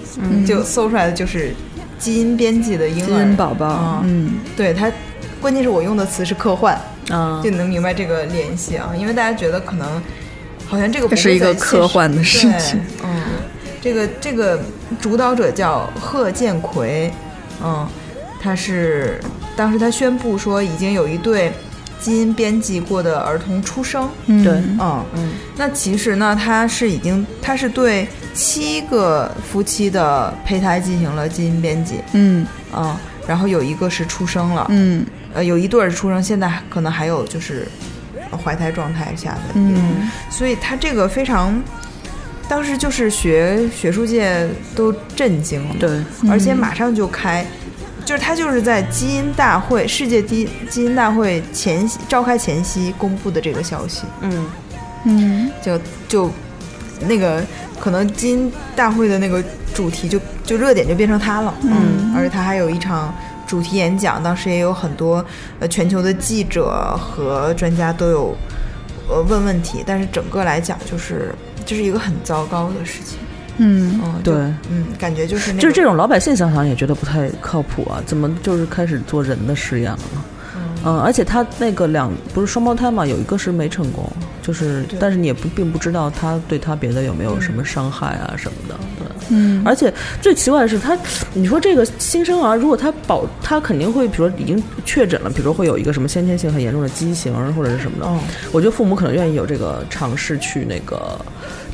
S4: 就搜出来的就是基因编辑的婴儿
S5: 嗯基因宝宝
S4: 啊，，
S5: 嗯，
S4: 对它，关键是我用的词是科幻，
S3: 啊
S4: 就，你能明白这个联系啊，因为大家觉得可能好像这个不
S5: 这是一个
S4: 在现实
S5: 科幻的事情，
S4: 对嗯，这个这个主导者叫贺建奎，嗯，他是当时他宣布说已经有一对基因编辑过的儿童出生，
S5: 嗯
S3: 对
S4: 嗯
S3: 嗯，
S4: 那其实呢，他是已经他是对七个夫妻的胚胎进行了基因编辑，
S5: 嗯
S4: 嗯，然后有一个是出生了，
S5: 嗯
S4: 呃，有一对儿是出生，现在可能还有就是呃怀胎状态下的，
S5: 嗯，
S4: 所以他这个非常，当时就是学学术界都震惊了，
S3: 对，
S4: 而且马上就开，就是他就是在基因大会世界第一基因大会前夕召开前夕公布的这个消息，
S3: 嗯，
S5: 嗯，
S4: 就就那个可能基因大会的那个主题就就热点就变成他了，嗯，而且他还有一场主题演讲，当时也有很多呃全球的记者和专家都有呃问问题，但是整个来讲就是这、是一个很糟糕的事情，
S5: 嗯，
S4: 嗯，就
S3: 对，
S4: 嗯，感觉就是那
S3: 就是这
S4: 种
S3: 种老百姓想想也觉得不太靠谱啊，怎么就是开始做人的实验了呢？嗯，而且他那个两不是双胞胎嘛，有一个是没成功，就是
S4: 对嗯
S3: 但是你也不并不知道他对他别的有没有什么伤害啊什么的，对。
S5: 嗯，
S3: 而且最奇怪的是，他，你说这个新生儿，如果他保，他肯定会，比如说已经确诊了，比如说会有一个什么先天性很严重的畸形或者是什么的，
S4: 嗯
S3: 我觉得父母可能愿意有这个尝试去那个，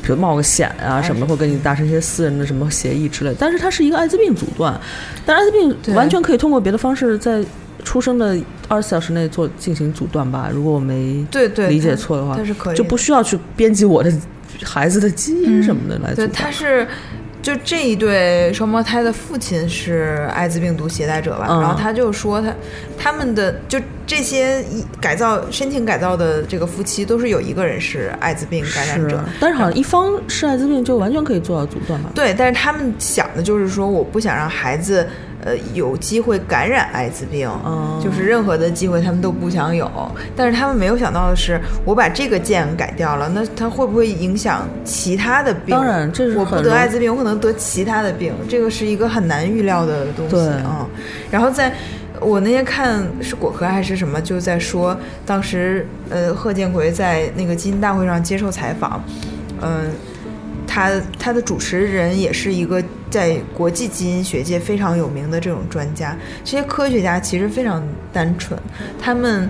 S3: 比如冒个险啊什么的，或跟你达成一些私人的什么协议之类的。但是它是一个艾滋病阻断，但艾滋病
S4: 对
S3: 完全可以通过别的方式在出生的二十四小时内做进行阻断吧，如果我没
S4: 对对
S3: 理解
S4: 它
S3: 错的话
S4: 它是可以
S3: 就不需要去编辑我的孩子的基因什么的来阻
S4: 对，
S3: 断。
S4: 他是就这一对双胞胎的父亲是艾滋病毒携带者吧？
S3: 嗯
S4: 然后他就说他他们的就这些一改造申请改造的这个夫妻都是有一个人是艾滋病感染者，
S3: 但是好像一方是艾滋病就完全可以做到阻断吧？
S4: 对，但是他们想的就是说，我不想让孩子呃有机会感染艾滋病，
S3: 哦
S4: 就是任何的机会他们都不想有。但是他们没有想到的是，我把这个键改掉了，那它会不会影响其他的病？
S3: 当然这是
S4: 我不
S3: 很
S4: 得
S3: 容
S4: 艾滋病，我可能得其他的病，这个是一个很难预料的东西
S3: 对
S4: 啊、然后在。呃我那天看是果壳还是什么，就在说当时呃贺建奎在那个基因大会上接受采访，嗯、他他的主持人也是一个在国际基因学界非常有名的这种专家。这些科学家其实非常单纯，他们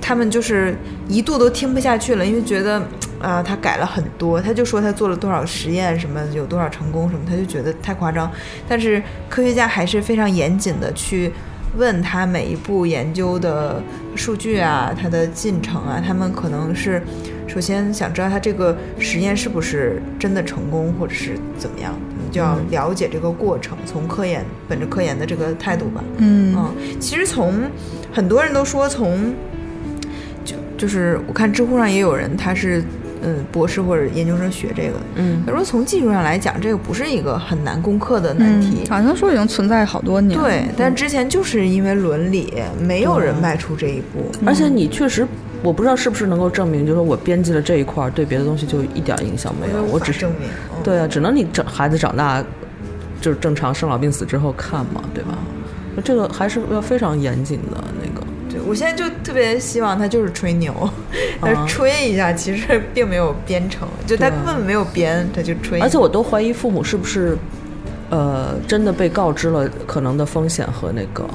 S4: 他们就是一度都听不下去了，因为觉得啊、他改了很多，他就说他做了多少实验，什么有多少成功什么，他就觉得太夸张。但是科学家还是非常严谨的去问他每一步研究的数据啊，它的进程啊，他们可能是首先想知道他这个实验是不是真的成功，或者是怎么样，他们就要了解这个过程，从科研本着科研的这个态度吧。
S5: 嗯
S4: 嗯，其实从很多人都说从，就就是我看知乎上也有人他是嗯博士或者研究生学这个的，
S3: 嗯
S4: 他说从技术上来讲，这个不是一个很难攻克的难题。
S3: 嗯
S5: 好像说已经存在好多年了。
S4: 对，但之前就是因为伦理，没有
S3: 嗯
S4: 人迈出这一步。
S3: 而且你确实，我不知道是不是能够证明，就是说我编辑了这一块儿，对别的东西就一点儿影响没有。
S4: 无
S3: 我
S4: 法
S3: 只是
S4: 证明，嗯
S3: 对啊，只能你长孩子长大，就是正常生老病死之后看嘛，对吧？这个还是要非常严谨的那个。
S4: 对，我现在就特别希望他就是吹牛，
S3: 嗯
S4: 他吹一下，其实并没有编程，就他
S3: 对
S4: 根本没有编，他就吹。
S3: 而且我都怀疑父母是不是，呃，真的被告知了可能的风险和那个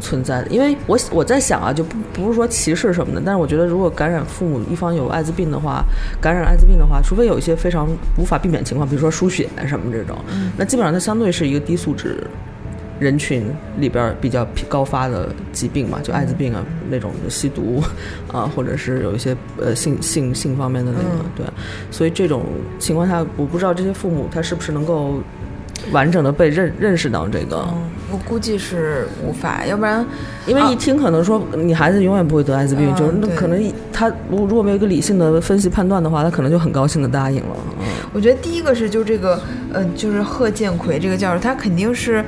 S3: 存在的。因为我我在想啊，就不不是说歧视什么的，但是我觉得如果感染父母一方有艾滋病的话，感染艾滋病的话，除非有一些非常无法避免情况，比如说输血啊什么这种，那基本上它相对是一个低素质。人群里边儿比较高发的疾病嘛，就艾滋病啊那种吸毒啊，或者是有一些呃性性性方面的那个、对，所以这种情况下，我不知道这些父母他是不是能够完整的被认认识到这个，
S4: 嗯，我估计是无法，要不然
S3: 因为一听可能说你孩子永远不会得艾滋病，
S4: 啊
S3: 就是那
S4: 对
S3: 可能他如如果没有一个理性的分析判断的话，他可能就很高兴的答应了。嗯
S4: 我觉得第一个是就这个，呃，就是贺建奎这个教授，他肯定是，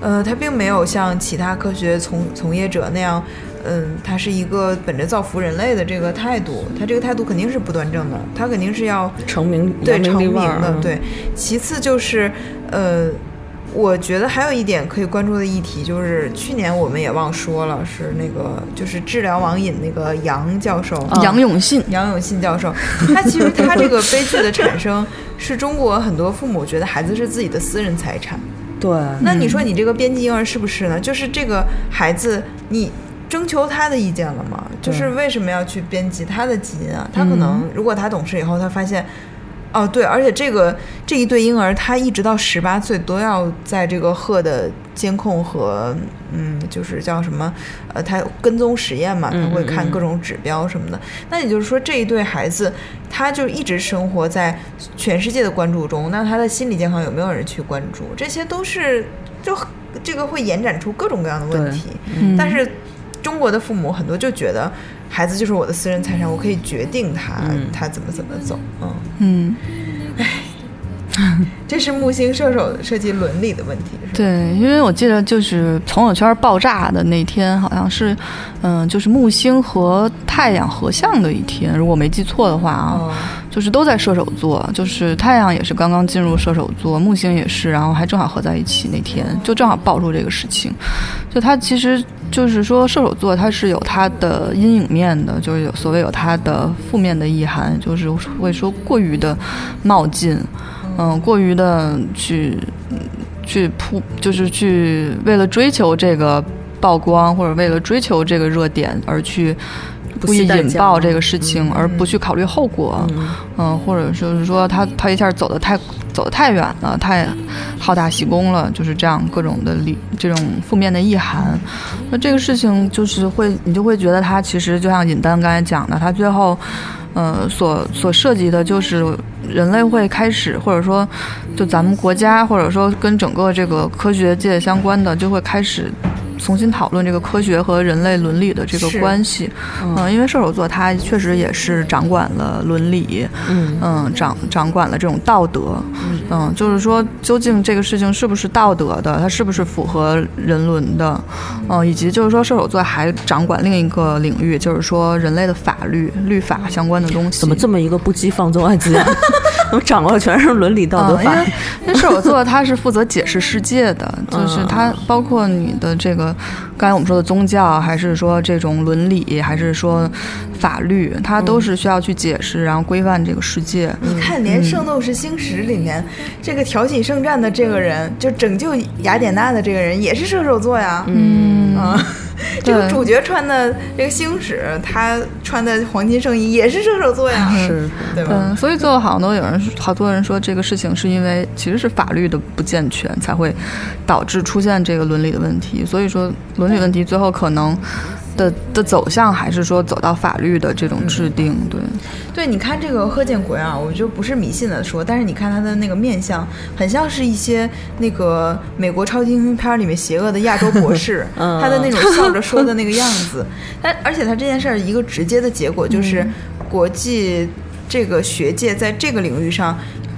S4: 呃，他并没有像其他科学从从业者那样，嗯、他是一个本着造福人类的这个态度，他这个态度肯定是不端正的，他肯定是要
S3: 成名
S4: 对
S3: 扬名
S4: 成
S3: 立
S4: 名
S3: 万儿
S4: 的
S3: 嗯，
S4: 对。其次就是，呃，我觉得还有一点可以关注的议题就是，去年我们也忘说了，是那个就是治疗网瘾那个杨教授，
S5: 杨永信，
S4: 杨永信教授，他其实他这个悲剧的产生，是中国很多父母觉得孩子是自己的私人财产。
S3: 对，
S4: 那你说你这个编辑婴儿是不是呢？就是这个孩子，你征求他的意见了吗？就是为什么要去编辑他的基因啊？他可能如果他懂事以后，他发现。哦，对，而且这个这一对婴儿，他一直到十八岁都要在这个鹤的监控和嗯，就是叫什么呃，他跟踪实验嘛，他会看各种指标什么的。那也就是说，这一对孩子，他就一直生活在全世界的关注中。那他的心理健康有没有人去关注？这些都是就很这个会延展出各种各样的问题。
S5: 嗯
S4: 但是中国的父母很多就觉得，孩子就是我的私人财产，我可以决定他、他怎么怎么走。嗯，
S5: 嗯，
S4: 这是木星射手涉及伦理的问题。是吧
S5: 对，因为我记得就是朋友圈爆炸的那天，好像是，嗯、就是木星和太阳合相的一天，如果没记错的话啊，
S4: 哦，
S5: 就是都在射手座，就是太阳也是刚刚进入射手座，木星也是，然后还正好合在一起那天，就正好爆出这个事情。就它其实就是说射手座它是有它的阴影面的，就是有所谓有它的负面的意涵，就是会说过于的冒进，嗯、过于的去嗯去扑，就是去为了追求这个曝光或者为了追求这个热点而去。
S3: 不
S5: 故意
S3: 惜代
S5: 引
S3: 价嗯
S5: 爆这个事情，而不去考虑后果。嗯，或者就是说他他一下走得太走得太远了，太好大喜功了，就是这样各种的理这种负面的意涵。那这个事情就是会你就会觉得他其实就像尹丹刚才讲的，他最后。呃，所所涉及的就是人类会开始，或者说，就咱们国家，或者说跟整个这个科学界相关的，就会开始重新讨论这个科学和人类伦理的这个
S4: 是
S5: 关系。嗯、因为射手座他确实也是掌管了伦理，
S3: 嗯
S5: 嗯，掌掌管了这种道德，嗯，就是说究竟这个事情是不是道德的，它是不是符合人伦的，嗯，以及就是说射手座还掌管另一个领域，就是说人类的法律、律法相关的东西。
S3: 怎么这么一个不羁放纵爱滋，怎么掌握的全是伦理道德
S5: 嗯
S3: 法？
S5: 因为因为射手座他是负责解释世界的，就是他包括你的这个，刚才我们说的宗教，还是说这种伦理，还是说法律，它都是需要去解释，然后规范这个世界。
S4: 你看，连《圣斗士星矢》里面、这个挑起圣战的这个人，就拯救雅典娜的这个人，也是射手座呀。嗯，啊、这个
S5: 对
S4: 主角穿的这个星矢，他穿的黄金圣衣也是射手座呀，
S3: 是
S4: 对吧？
S5: 嗯，所以最后好多有人，好多人说这个事情是因为其实是法律的不健全才会导致出现这个伦理的问题。所以说伦理问题最后可能的的走向还是说走到法律的这种制定。对，
S4: 对，你看这个贺建奎啊，我就不是迷信的说，但是你看他的那个面相，很像是一些那个美国超级英雄片儿里面邪恶的亚洲博士，他的那种笑着说的那个样子。 但而且他这件事儿一个直接的结果就是，国际这个学界在这个领域上。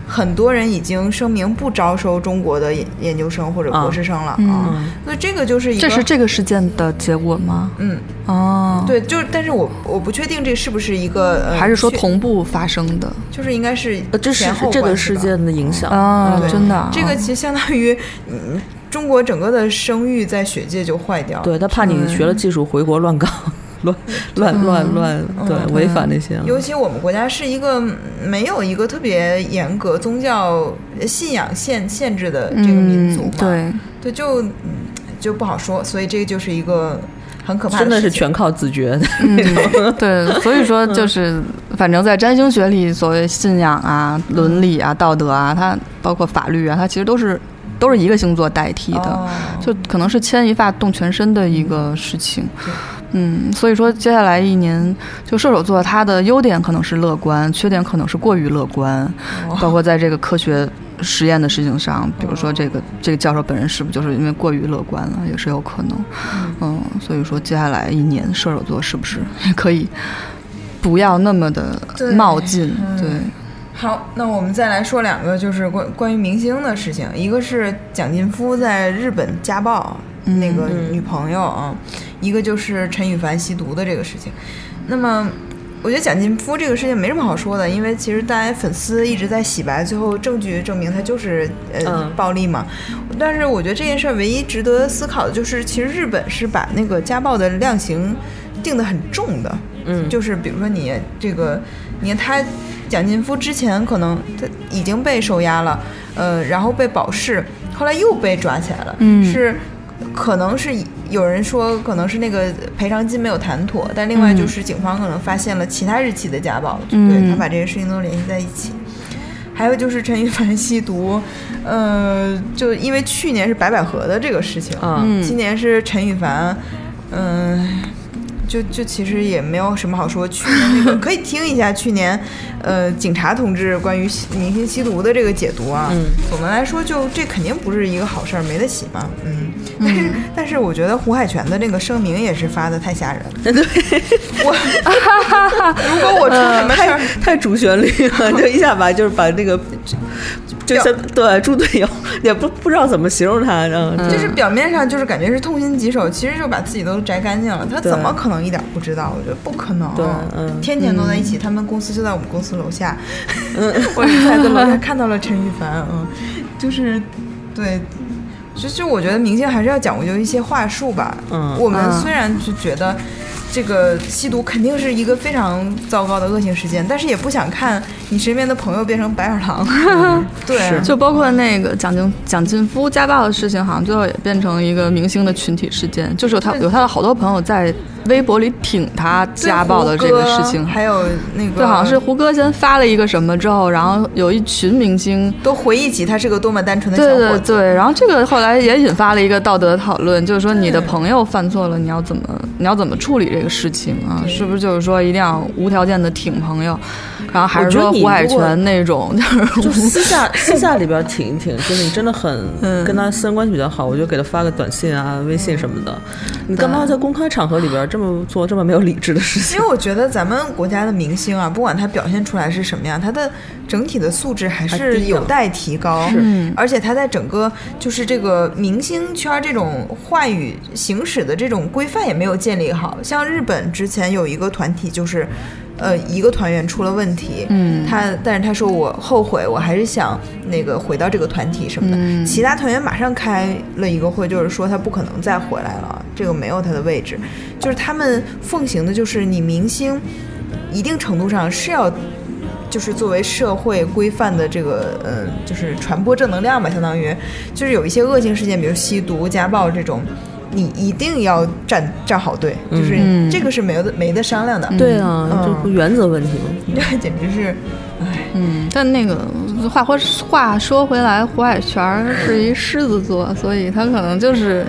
S4: 很多人已经声明不招收中国的研研究生或者博士生了啊，所以这个就是一个
S5: 这是这个事件的结果吗？
S4: 嗯，
S5: 哦，，
S4: 对，就是但是我我不确定这是不是一个、呃
S5: 还是说
S4: 确
S5: 同步发生的？
S4: 就是应该是
S3: 呃，这是
S4: 前后
S3: 这个
S4: 关系
S3: 事
S4: 吧
S3: 件的影响。
S5: 啊
S4: 嗯对，
S5: 真的啊，
S4: 这个其实相当于，嗯，中国整个的声誉在学界就坏掉了。
S3: 对他怕你学了技术回国乱搞， 乱乱乱乱，对，违反那些了。
S4: 尤其我们国家是一个嗯没有一个特别严格宗教呃信仰限限制的这个民族嘛
S5: 嗯，，对，
S4: 对，就嗯就不好说，所以这个就是一个很可怕
S3: 真的是
S4: 事情
S3: 全靠自觉，
S5: 嗯， 对，所以说就是，反正在占星学里，所谓信仰啊、
S4: 嗯
S5: 伦理啊、道德啊，它包括法律啊，它其实都是都是一个星座代替的，
S4: 哦
S5: 就可能是牵一发动全身的一个事情。嗯，所以说接下来一年，就射手座它的优点可能是乐观，缺点可能是过于乐观，包括在这个科学实验的事情上，比如说这个这个教授本人是不是就是因为过于乐观了，也是有可能。嗯，所以说接下来一年射手座是不是也可以不要那么的
S4: 对
S5: 冒进？对，
S4: 好，那我们再来说两个，就是关关于明星的事情。一个是蒋劲夫在日本家暴、那个女朋友啊，一个就是陈羽凡吸毒的这个事情。那么，我觉得蒋劲夫这个事情没什么好说的，因为其实大家粉丝一直在洗白，最后证据证明他就是呃、
S3: 嗯
S4: 暴力嘛。但是我觉得这件事儿唯一值得思考的就是，其实日本是把那个家暴的量刑定得很重的。
S3: 嗯
S4: 就是比如说你这个，你看他蒋劲夫之前可能他已经被收押了，呃，然后被保释，后来又被抓起来了，
S5: 嗯
S4: 是。可能是有人说，可能是那个赔偿金没有谈妥，但另外就是警方可能发现了其他日期的家暴，
S5: 嗯
S4: 对他把这些事情都联系在一起。还有就是陈羽凡吸毒，呃，就因为去年是白百合的这个事情，
S3: 啊
S5: 嗯
S4: 今年是陈羽凡，嗯、就就其实也没有什么好说。去年那个可以听一下去年，呃，警察同志关于吸明星吸毒的这个解读啊。
S3: 嗯
S4: 总的来说就，这肯定不是一个好事儿，没得洗嘛。嗯，但是、但是我觉得胡海泉的那个声明也是发的太吓人了。对，我 如果我出什么事儿，
S3: 太太主旋律 了，就一下把就是把那个就像对猪队友也不不知道怎么形容他，嗯，
S4: 就
S3: 这
S4: 是表面上就是感觉是痛心疾首，其实就把自己都摘干净了。他
S3: 对
S4: 怎么可能一点不知道？我觉得不可能。
S3: 对嗯
S4: 天天都在一起，他们公司就在我们公司楼下。
S5: 嗯
S4: 我是在在楼 下看到了陈羽凡，嗯，就是对。就就我觉得明星还是要讲究一些话术吧。
S3: 嗯
S4: 我们
S5: 嗯
S4: 虽然就觉得这个吸毒肯定是一个非常糟糕的恶性事件，但是也不想看你身边的朋友变成白眼狼。
S5: 嗯
S4: 对，啊
S5: 就包括那个蒋劲蒋劲夫家暴的事情，好像最后也变成一个明星的群体事件，就是有他有他的好多朋友在微博里挺他家暴的这个事情，
S4: 还有那个，
S5: 对，好像是胡歌先发了一个什么之后，然后有一群明星。
S4: 都回忆起他是个多么单纯的
S5: 对
S4: 小伙
S5: 对
S4: 子。
S5: 对，然后这个后来也引发了一个道德讨论，就是说你的朋友犯错了，你要怎么你要怎么处理这个事情啊？是不是就是说一定要无条件的挺朋友？然后还是
S3: 我觉得
S5: 说
S3: 你
S5: 胡海
S3: 如果
S5: 泉那种，就是
S3: 就私下私下里边挺一挺，就是你真的 很跟他私人关系比较好，我就给他发个短信啊、微信什么的。你干嘛在公开场合里边这么做这么没有理智的事情
S4: 因？为我觉得咱们国家的明星啊，不管他表现出来是什么样，他的整体的素质还
S3: 还
S4: 是
S3: 低呢
S4: 有待提高。而且他在整个就是这个明星圈这种话语行使的这种规范也没有建立好。像日本之前有一个团体就是。呃，一个团员出了问题，嗯，他但是他说我后悔，我还是想那个回到这个团体什么的。其他团员马上开了一个会，就是说他不可能再回来了，这个没有他的位置。就是他们奉行的就是你明星一定程度上是要就是作为社会规范的这个，嗯，就是传播正能量吧，相当于就是有一些恶性事件，比如吸毒、家暴这种，你一定要站站好队，就是
S5: 嗯
S4: 这个是没有的没得商量的，
S3: 对啊，
S4: 嗯
S3: 这不原则问题吗？
S4: 这简直是，哎，
S5: 嗯，但那个话话话说回来，胡海泉儿是一狮子座，所以他可能就是。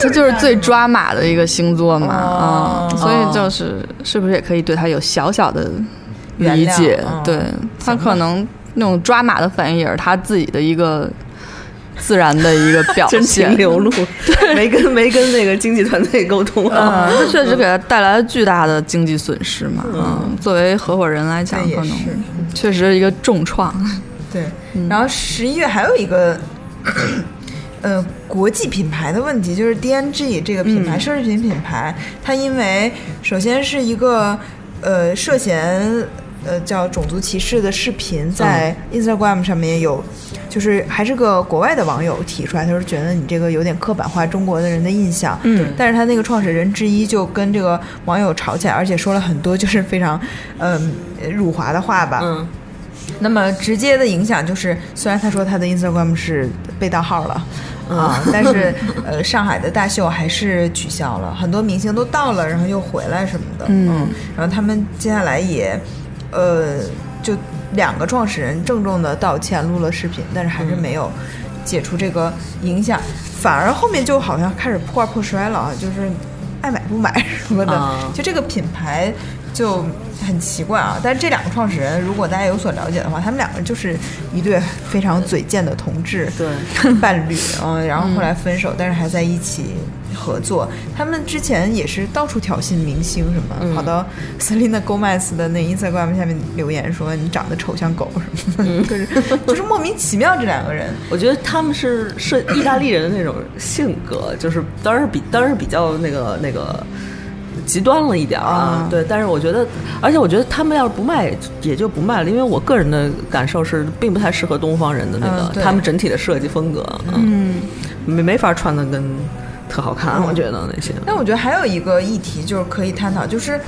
S5: 他就是最抓马的一个星座嘛，啊、
S4: 哦
S5: 所以就是是不是也可以对他有小小的
S4: 原
S5: 理
S4: 谅
S5: 解？
S4: 嗯
S5: 对他可能那种抓马的反应也是他自己的一个自然的一个 表
S3: 真情
S5: 现，
S3: 流 露，没跟没跟那个经纪团队沟通啊。
S5: 嗯，这确实给他带来了巨大的经济损失嘛，嗯，作为合伙人来讲
S4: 那，也
S5: 可能
S4: 是嗯
S5: 确实一个重创，
S4: 对。然后十一月还有一个。呃，国际品牌的问题就是 DNG 这个品牌、奢侈品品牌，它因为首先是一个呃涉嫌呃叫种族歧视的视频在 Instagram 上面有，就是还是个国外的网友提出来，他说觉得你这个有点刻板化中国的人的印象，嗯，但是他那个创始人之一就跟这个网友吵起来，而且说了很多就是非常嗯、辱华的话吧，
S3: 嗯，
S4: 那么直接的影响就是，虽然他说他的 Instagram 是被盗号了。啊，但是呃，上海的大秀还是取消了，很多明星都到了，然后又回来什么的，
S5: 嗯
S4: 然后他们接下来也，呃，就两个创始人郑重的道歉，录了视频，但是还是没有解除这个影响，反而后面就好像开始破罐破摔了，啊，就是爱买不买什么的，
S3: 啊
S4: 就这个品牌就很奇怪啊。但是这两个创始人，如果大家有所了解的话，他们两个就是一对非常嘴贱的同志
S3: 对
S4: 伴侣，嗯，然后后来分手，但是还在一起。合作，他们之前也是到处挑衅明星，什么、跑到 Selena Gomez 的那 Instagram 下面留言说你长得丑像狗什么的，就是就是莫名其妙这两个人，
S3: 我觉得他们是是意大利人的那种性格，就是当然比当然比较那个那个极端了一点儿啊
S4: 啊，
S3: 对。但是我觉得，而且我觉得他们要是不卖也就不卖了，因为我个人的感受是，并不太适合东方人的那
S4: 嗯
S3: 个、
S4: 对
S3: 他们整体的设计风格，嗯，没没法穿的跟特好看，我觉得那些。
S4: 但我觉得还有一个议题就是可以探讨，就是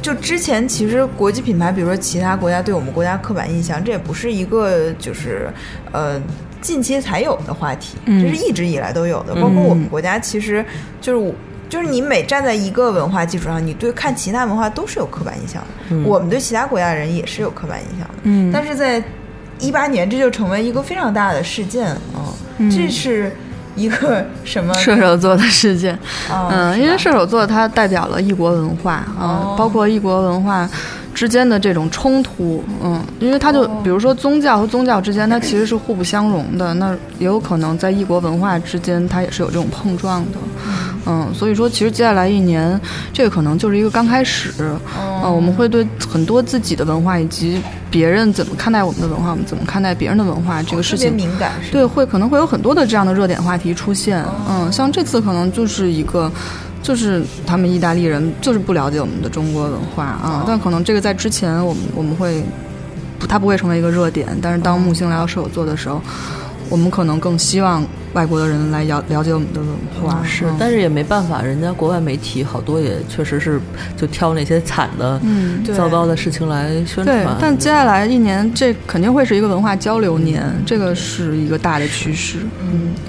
S4: 就之前其实国际品牌，比如说其他国家对我们国家刻板印象，这也不是一个就是呃。近期才有的话题，这是一直以来都有的，包括我们国家，其实就是我就是你每站在一个文化基础上，你对看其他文化都是有刻板印象的。我们对其他国家的人也是有刻板印象的。嗯，但是在一八年，这就成为一个非常大的事件啊、这是一个什么？
S5: 射手座的事件，
S4: 哦
S5: 嗯，
S4: 是
S5: 因为
S4: 吧
S5: 射手座它代表了异国文化啊、嗯
S4: 哦
S5: 包括异国文化之间的这种冲突，嗯，因为它就、
S4: 哦
S5: 比如说宗教和宗教之间，它其实是互不相容的，那也有可能在异国文化之间，它也是有这种碰撞的，嗯，所以说其实接下来一年，这个可能就是一个刚开始，
S4: 哦
S5: 嗯、我们会对很多自己的文化以及别人怎么看待我们的文化，我们怎么看待别人的文化这个事
S4: 特别
S5: 情，
S4: 敏感，是吧
S5: 对，会可能会有很多的这样的热点话题出现。嗯，像这次可能就是一个，就是他们意大利人就是不了解我们的中国文化啊，但可能这个在之前我们我们会，不它不会成为一个热点，但是当木星来到射手座的时候，我们可能更希望外国的人来了了解我们的文化。
S3: 啊是
S5: 嗯，
S3: 但是也没办法，人家国外媒体好多也确实是就挑那些惨的、
S5: 嗯
S4: 对
S3: 糟糕的事情来宣
S5: 对
S3: 传，。
S5: 但接下来一年这肯定会是一个文化交流年，这个是一个大的 趋势。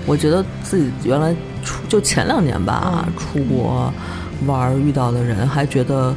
S3: 我觉得自己原来出就前两年吧，
S4: 嗯
S3: 出国玩儿遇到的人，还觉得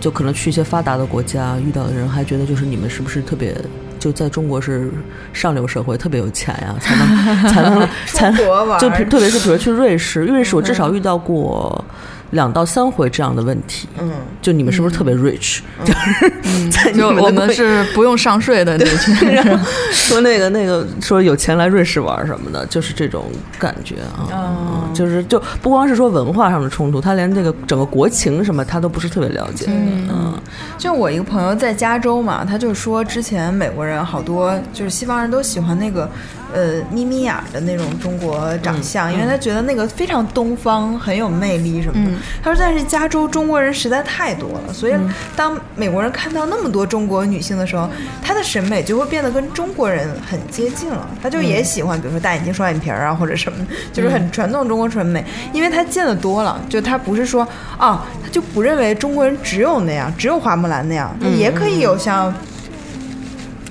S3: 就可能去一些发达的国家遇到的人，还觉得就是你们是不是特别就在中国是上流社会，特别有钱 呀、才能才能才
S4: 出国玩嗯
S3: 能
S4: 儿
S3: 就比特别是比如去瑞士，瑞士我至少遇到过两到三回这样的问题，
S4: 嗯，
S3: 就你们是不是特别 rich？、就是在你
S5: 就
S3: 的
S5: 我
S3: 国
S5: 们
S3: 家
S5: 是不用上税的那群人。
S3: 说那个 那个说有钱来瑞士玩什么的，就是这种感觉啊，
S5: 哦
S3: 嗯就是就不光是说文化上的冲突，他连这个整个国情什么他都不是特别了解，嗯，
S4: 就我一个朋友在加州嘛，他就说之前美国人好多就是西方人都喜欢那个呃眯眯眼儿的那种中国长相，因为他觉得那个非常东方，很有魅力什么的。他说，但是加州中国人实在太多了，所以当美国人看到那么多中国女性的时候，他的审美就会变得跟中国人很接近了。他就也喜欢，比如说大眼睛、双眼皮儿啊，或者什么，就是很传统中国审美，因为他见的多了，就他不是说啊，他就不认为中国人只有那样，只有花木兰那样，也可以有像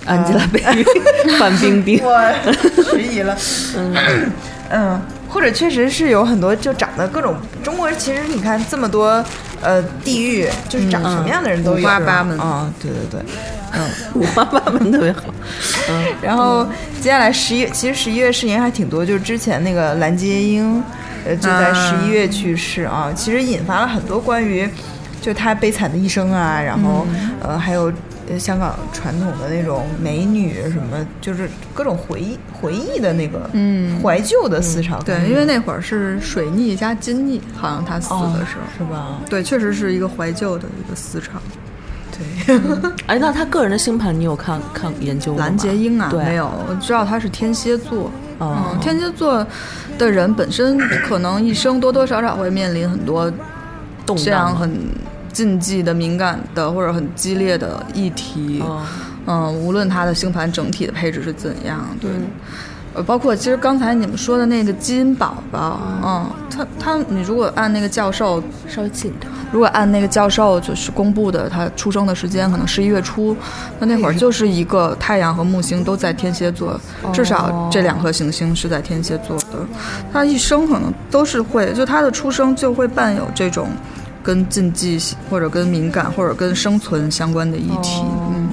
S3: 安吉拉·贝利、范冰冰，
S4: 我迟疑了，嗯，或者确实是有很多就长得各种中国，其实你看这么多呃地域，就是长什么样的人都
S3: 嗯五
S4: 有，
S3: 花八门
S4: 啊，对对对。
S3: 五花八门特别好。
S4: 然后接下来十一，其实十一月事情还挺多，就是之前那个蓝洁瑛，呃，就
S5: 啊
S4: 在十一月去世啊，其实引发了很多关于就她悲惨的一生啊，然后、
S5: 嗯
S4: 呃，还有呃香港传统的那种美女什么，就是各种回忆回忆的那个
S5: 嗯
S4: 怀旧的思潮，
S3: 嗯
S5: 对，因为那会儿是水逆加金逆，好像他死
S4: 哦
S5: 的时候。
S4: 是吧？
S5: 对，确实是一个怀旧的一个思潮。
S4: 对，
S3: 哎，那他个人的星盘你有看看研究过吗
S5: 蓝洁瑛啊，
S3: 对
S5: 没有，我知道她是天蝎座。
S3: 哦
S5: 嗯，天蝎座的人本身可能一生多多少少会面临很多
S3: 动
S5: 这样很禁忌的、敏感的或者很激烈的议题。
S3: 哦
S5: 嗯，无论它的星盘整体的配置是怎样，对。呃，包括其实刚才你们说的那个基因宝宝，嗯，他他你如果按那个教授
S3: 稍微近一点，
S5: 如果按那个教授就是公布的他出生的时间，可能十一月初，那那会儿就是一个太阳和木星都在天蝎座，至少这两颗行星是在天蝎座的。他一生可能都是会，就他的出生就会伴有这种跟禁忌或者跟敏感或者跟生存相关的议题。嗯，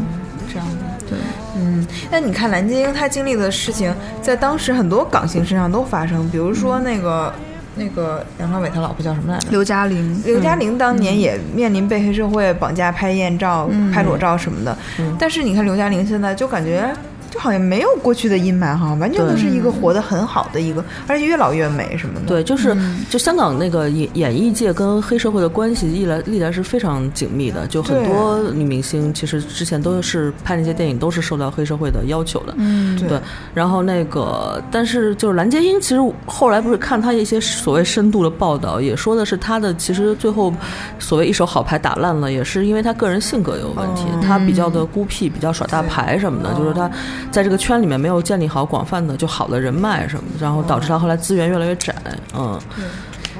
S4: 这样的。
S5: 对，
S4: 嗯，那你看蓝洁瑛她经历的事情，在当时很多港星身上都发生，比如
S5: 嗯
S4: 说那个、那个梁朝伟他老婆叫什么来着？
S5: 刘嘉玲，
S4: 刘嘉玲当年也面临被黑社会绑架、拍艳照、拍裸照什么的，嗯但是你看刘嘉玲现在就感觉就好像没有过去的阴霾哈，完全都是一个活得很好的一个，而且越老越美什么的。，
S5: 嗯
S3: 对，就是、就香港那个演演艺界跟黑社会的关系历来历来是非常紧密的，就很
S4: 对
S3: 多女明星其实之前都是拍那些电影都是受到黑社会的要求的，
S5: 嗯，
S4: 对
S3: 对，然后那个，但是就是蓝洁瑛，其实后来不是看她一些所谓深度的报道，也说的是她的其实最后所谓一手好牌打烂了，也是因为她个人性格有问题，
S4: 哦
S3: 她比较的孤僻，比较耍大牌什么的，就是她在这个圈里面没有建立好广泛的就好的人脉什么的，然后导致她后来资源越来越窄，嗯，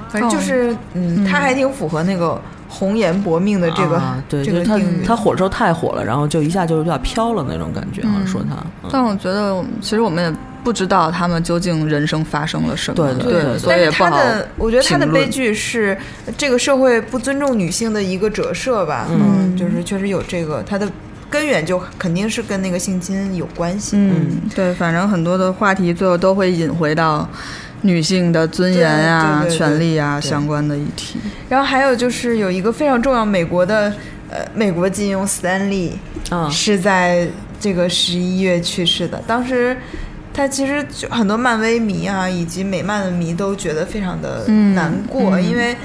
S4: 反正就是、嗯，她还挺符合那个红颜薄命的这个、
S3: 啊、对，
S4: 这
S3: 就
S4: 个
S3: 是她
S4: 定语。
S3: 她火的时候太火了，然后就一下就有点飘了那种感觉，好像说她，嗯
S5: 但我觉得我们其实我们也不知道他们究竟人生发生了什么，
S3: 对对对
S5: 所
S4: 但是
S5: 以也不
S4: 他
S5: 好。
S4: 的，我觉得他的
S5: 评
S4: 悲
S5: 论
S4: 剧是这个社会不尊重女性的一个折射吧。嗯，就是确实有这个，他的根源就肯定是跟那个性侵有关系。
S5: 嗯，对，反正很多的话题最后都会引回到女性的尊严啊、
S4: 对对对对嗯
S5: 权利啊相关的议题。
S4: 然后还有就是有一个非常重要，美国的呃，美国金庸斯丹利
S3: 啊
S4: 是在这个十一月去世的。当时他其实就很多漫威迷啊，以及美漫的迷都觉得非常的难过，因为。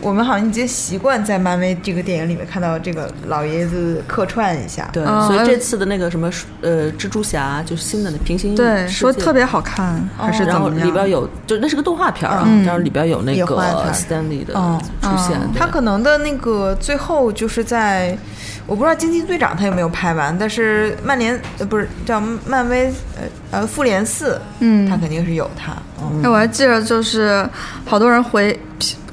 S4: 我们好像已经习惯在漫威这个电影里面看到这个老爷子客串一下，
S3: 对，
S5: 嗯
S3: 所以
S5: 哎
S3: 这次的那个什么，呃，蜘蛛侠就是新的那平行
S5: 对，
S3: 世
S5: 说
S3: 界哦
S5: 特别好看，
S4: 哦
S5: 还是
S3: 然
S5: 怎
S3: 后
S5: 么样？
S3: 里边有，就那是个动画片儿啊，然后里边有那
S4: 嗯也
S3: 个
S4: 画片儿
S3: Stanley 的
S4: 哦
S3: 出现，对
S4: 他可能的那个最后就是在，我不知道惊奇队长他有没有拍完，但是曼联呃不是叫漫威呃呃复联四，
S5: 嗯
S4: 他肯定是有他，嗯，
S5: 哎，我还记得，就是好多人回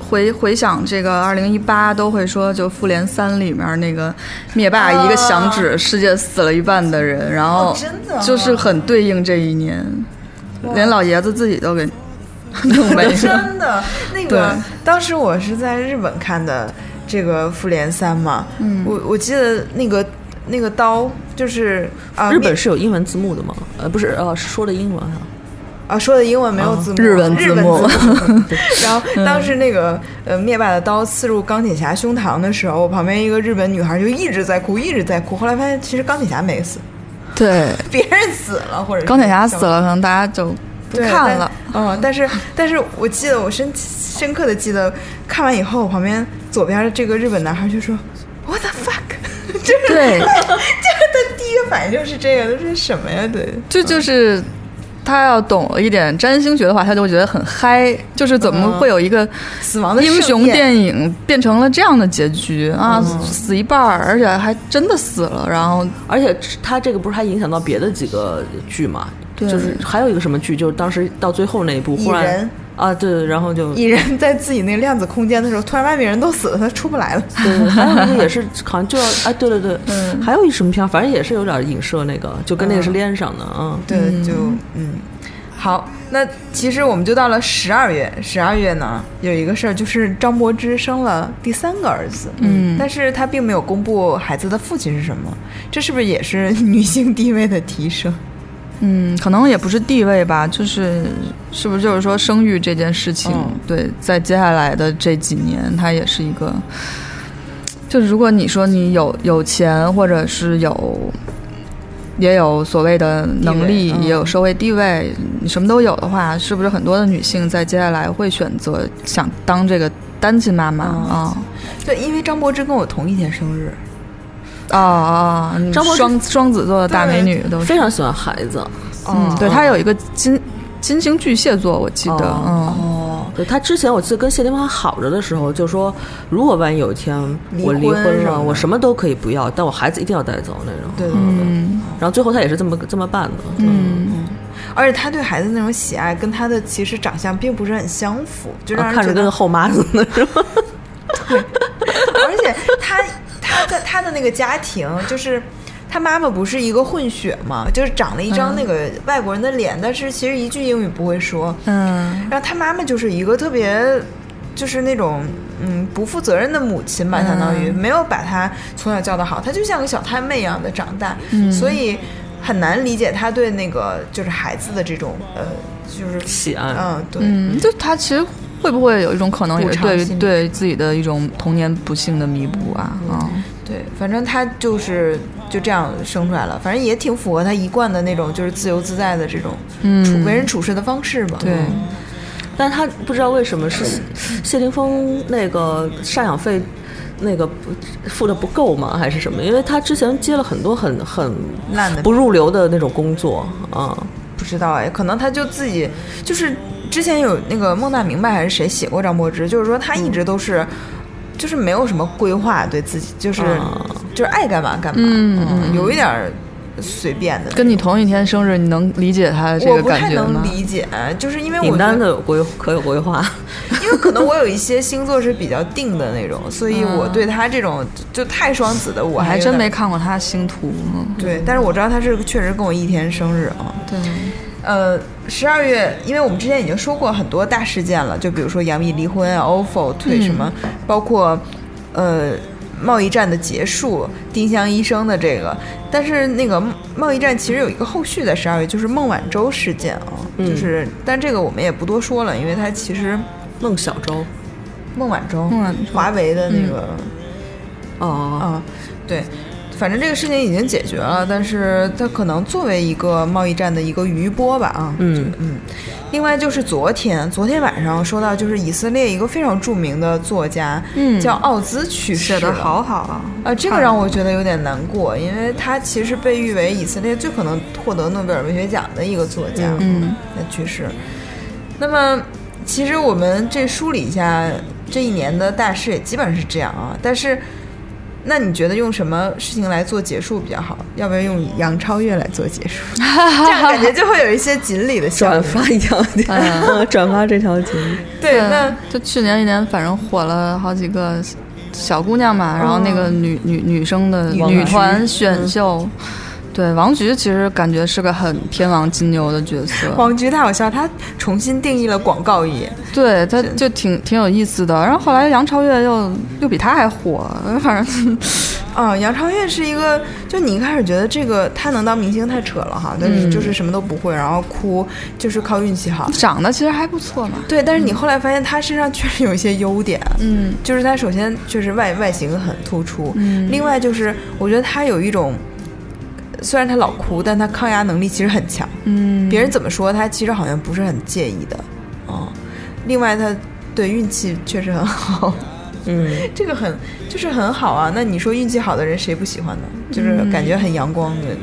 S5: 回回想这个二零一八，都会说就《复联三》里面那个灭霸
S4: 啊
S5: 一个响指，世界死了一半的人，然后
S4: 真的啊
S5: 就是很对应这一年，连老爷子自己都给弄没了。
S4: 真的那个
S5: 对
S4: 当时我是在日本看的这个复联三嘛，嗯，我我记得那个那个刀就是啊、
S3: 日本
S4: 灭
S3: 是有英文字幕的吗？呃，不是，呃，是说的英文啊。
S4: 啊说的英文没有字幕，
S5: 日文字
S4: 日文
S5: 幕
S4: 字幕 然后当时那个呃灭霸的刀刺入钢铁侠胸膛的时候，我旁边一个日本女孩就一直在哭，一直在哭。后来发现其实钢铁侠没死，
S5: 对，
S4: 别人死了，或者是
S5: 钢铁侠死了，可能大家就不
S4: 对
S5: 看了。。
S4: 但嗯，但是但是我记得我深深刻的记得看完以后，我旁边左边的这个日本男孩就说 What the fuck，就是
S5: 对
S4: 就是他第一个反应就是这个，这是什么呀？对。
S5: 这就是他要懂一点占星学的话，他就会觉得很嗨，就是怎么会有一个
S4: 死亡的盛
S5: 英
S4: 宴
S5: 雄电影变成了这样的结局啊，死一半儿，而且还真的死了，然后
S3: 而且他这个不是还影响到别的几个剧嘛？
S5: 对
S3: 就是还有一个什么剧，就是当时到最后那一步，
S4: 蚁
S3: 忽然
S4: 人
S3: 啊，对，然后就
S4: 蚁人在自己那个量子空间的时候，突然外面人都死了，他出不来了。
S3: 对，还有一个也是好像就要哎，对对对，还
S4: 嗯
S3: 嗯有一什么片儿，反正也是有点影射那个，就跟那个是连上的啊。嗯
S4: 对，就嗯，好，那其实我们就到了十二月，十二月呢有一个事儿，就是张柏芝生了第三个儿子，
S5: 嗯
S4: 但是她并没有公布孩子的父亲是什么，这是不是也是女性地位的提升？
S5: 嗯，可能也不是地位吧，就是是不是就是说生育这件事情，
S4: 嗯
S5: 对，在接下来的这几年，它也是一个，就是如果你说你有有钱，或者是有也有所谓的能
S4: 地
S5: 力，
S4: 位嗯
S5: 也有社会地位，你什么都有的话，是不是很多的女性在接下来会选择想当这个单亲妈妈啊？
S4: 对，因为张柏芝跟我同一天生日，
S5: 啊啊！嗯
S3: 张柏芝
S5: 双双子座的大美女都是
S3: 非常喜欢孩子，
S5: 嗯，对，
S3: 嗯
S5: 她有一个金金星巨蟹座，我记得，
S3: 哦
S5: 嗯，
S4: 哦，
S3: 对他之前，我记得跟谢霆锋还好着的时候，就说如果万一有一天我离
S4: 离婚
S3: 婚
S4: 什么
S3: 了，
S4: 的
S3: 我什么都可以不要，但我孩子一定要带走那种。
S4: 对对对。
S5: 嗯
S3: 然后最后他也是这么这么办的。
S5: 嗯，
S4: 而且她对孩子那种喜爱，跟她的其实长相并不是很相符，就让
S3: 啊
S4: 人
S3: 看
S4: 觉
S3: 着
S4: 得
S3: 跟个后妈似的，是吧？
S4: 而且他他的他的那个家庭就是。他妈妈不是一个混血嘛，就是长了一张那个外国人的脸，但是其实一句英语不会说。
S5: 嗯，
S4: 然后他妈妈就是一个特别，就是那种嗯不负责任的母亲吧，相当于、没有把他从小教导好，他就像个小太妹一样的长大，所以很难理解他对那个就是孩子的这种呃就是
S3: 喜爱
S4: 嗯对，
S5: 嗯，就他其实会不会有一种可能，也
S4: 补
S5: 是
S4: 偿
S5: 对于
S4: 心理嗯
S5: 对自己的一种童年不幸的弥补啊？啊，
S4: 对，反正他就是就这样生出来了，反正也挺符合他一贯的那种就是自由自在的这种处为人处事的方式吧。
S5: 嗯
S4: 嗯
S5: 对，
S3: 但是他不知道为什么是谢霆锋那个赡养费那个付的不够吗？还是什么？因为他之前接了很多很很
S4: 烂的
S3: 不入流的那种工作啊。
S4: 不知道哎，可能他就自己就是之前有那个孟大明白还是谁写过张柏芝，就是说他一直都是。就是没有什么规划，对自己就是、
S3: 啊
S4: 就是爱干嘛干嘛，
S5: 哦嗯
S4: 有一点儿随便的。
S5: 跟你同一天生日，你能理解他的这
S4: 我
S5: 个
S4: 不
S5: 感
S4: 太
S5: 觉
S4: 能
S5: 吗？
S4: 理解，就是因为我
S3: 尹
S4: 觉
S3: 丹
S4: 得，
S3: 的规可有规划，
S4: 因为可能我有一些星座是比较定的那种，所以我对他这种就就太双子的，我
S5: 我还
S4: 有
S5: 真
S4: 点
S5: 没看过他星图，嗯，
S4: 对，但是我知道他是确实跟我一天生日啊。
S5: 对，
S4: 呃，十二月，因为我们之前已经说过很多大事件了，就比如说杨幂离婚啊、OFO 退什么，包括呃贸易战的结束、丁香医生的这个，但是那个贸易战其实有一个后续在十二月，就是孟晚舟事件啊，就是但这个我们也不多说了，因为它其实
S3: 孟小舟
S4: 孟晚舟，
S5: 孟晚舟嗯
S4: 华为的那个。
S3: 哦，
S4: 啊，对，反正这个事情已经解决了，但是它可能作为一个贸易战的一个余波吧啊。
S3: 嗯
S4: 嗯，另外就是昨天，昨天晚上说到，就是以色列一个非常著名的作家，
S5: 嗯
S4: 叫奥兹去世
S5: 写的
S4: 了
S5: 好好啊，
S4: 啊，这个让我觉得有点难过，因为他其实被誉为以色列最可能获得诺贝尔文学奖的一个作家，
S5: 嗯，
S4: 那去世。那么，其实我们这梳理一下这一年的大事，也基本上是这样啊。但是，那你觉得用什么事情来做结束比较好？要不要用杨超越来做结束？这样感觉就会有一些锦鲤的效
S3: 转
S4: 应。
S3: 发一条街，转发这条街，
S4: 对，那
S5: 嗯就去年一年，反正火了好几个小姑娘嘛，然后那个女女女生的
S4: 哦女嗯
S5: 女团选秀，对王菊其实感觉是个很天王金牛的角色，
S4: 王菊太好笑，她重新定义了广告业。
S5: 对，他就挺挺有意思的。然后后来杨超越又又比他还火，反正
S4: 啊、杨超越是一个，就你一开始觉得这个她能当明星太扯了哈，但是就是什么都不会，然后哭就是靠运气好。
S5: 长得其实还不错嘛。
S4: 对，但是你后来发现她身上确实有一些优点，
S5: 嗯，
S4: 就是她首先就是外外形很突出，另外就是我觉得她有一种，虽然她老哭，但她抗压能力其实很强，嗯，别人怎么说她其实好像不是很介意的，啊、另外她对运气确实很好，
S3: 嗯。
S4: 这个很就是很好啊。那你说运气好的人谁不喜欢呢？就是感觉很阳光的，嗯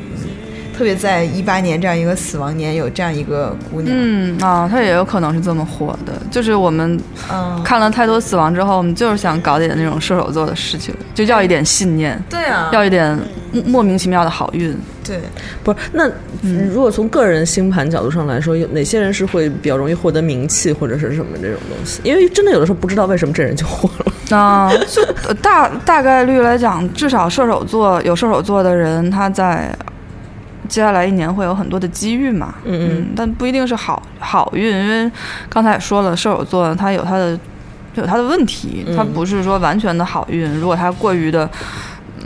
S4: 特别在一八年这样一个死亡年有这样一个姑娘，
S5: 嗯啊，他也有可能是这么火的。就是我们
S4: 嗯
S5: 看了太多死亡之后，我们就是想搞点那种射手座的事情，就要一点信念，
S4: 对啊，
S5: 要一点莫莫名其妙的好运。
S4: 对。
S3: 不是，那如果从个人星盘角度上来说，有哪些人是会比较容易获得名气或者是什么这种东西？因为真的有的时候不知道为什么这人就火了。
S5: 啊，就呃大大概率来讲，至少射手座有射手座的人，他在接下来一年会有很多的机遇嘛，
S3: 嗯
S5: 嗯，但不一定是好好运，因为刚才也说了，射手座他有他的有他的问题，他
S3: 嗯
S5: 不是说完全的好运，如果他过于的。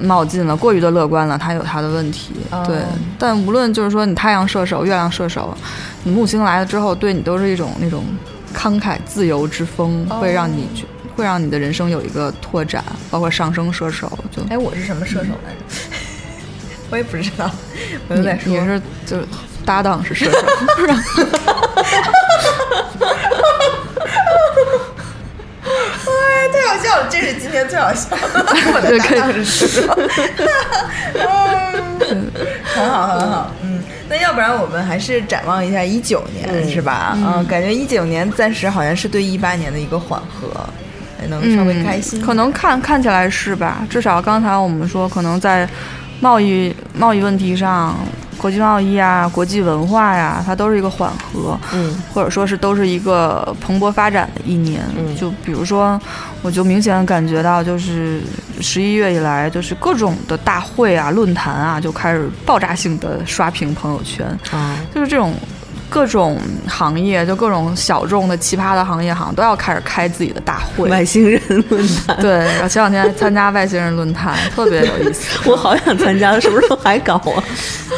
S5: 冒进了，过于的乐观了，他有他的问题。
S4: 哦
S5: 对，但无论就是说你太阳射手、月亮射手，你木星来了之后，对你都是一种那种慷慨自由之风，
S4: 哦
S5: 会让你去，会让你的人生有一个拓展，包括上升射手就
S4: 哎，我是什么射手来着？我也不知道，我就
S5: 你
S4: 在说
S5: 你是就是搭档是射手，
S4: 哎，太好笑了，这是今天最好笑的， 我的
S5: 对
S4: 搭
S5: 可以
S4: 档是射手，嗯很好很好，嗯，那要不然我们还是展望一下一九年、是吧？嗯，感觉一九年暂时好像是对一八年的一个缓和，还能稍微开心一点，
S5: 可能看看起来是吧？至少刚才我们说，可能在贸易贸易问题上，国际贸易啊、国际文化呀、它都是一个缓和，
S3: 嗯，
S5: 或者说是都是一个蓬勃发展的一年。
S3: 嗯
S5: 就比如说，我就明显感觉到，就是十一月以来，就是各种的大会啊、论坛啊，就开始爆炸性的刷屏朋友圈。
S3: 啊，
S5: 就是这种各种行业，就各种小众的奇葩的行业，好像都要开始开自己的大会。
S3: 外星人论坛，
S5: 对，然后前两天参加外星人论坛，特别有意思。
S3: 我好想参加，什么时候还搞啊？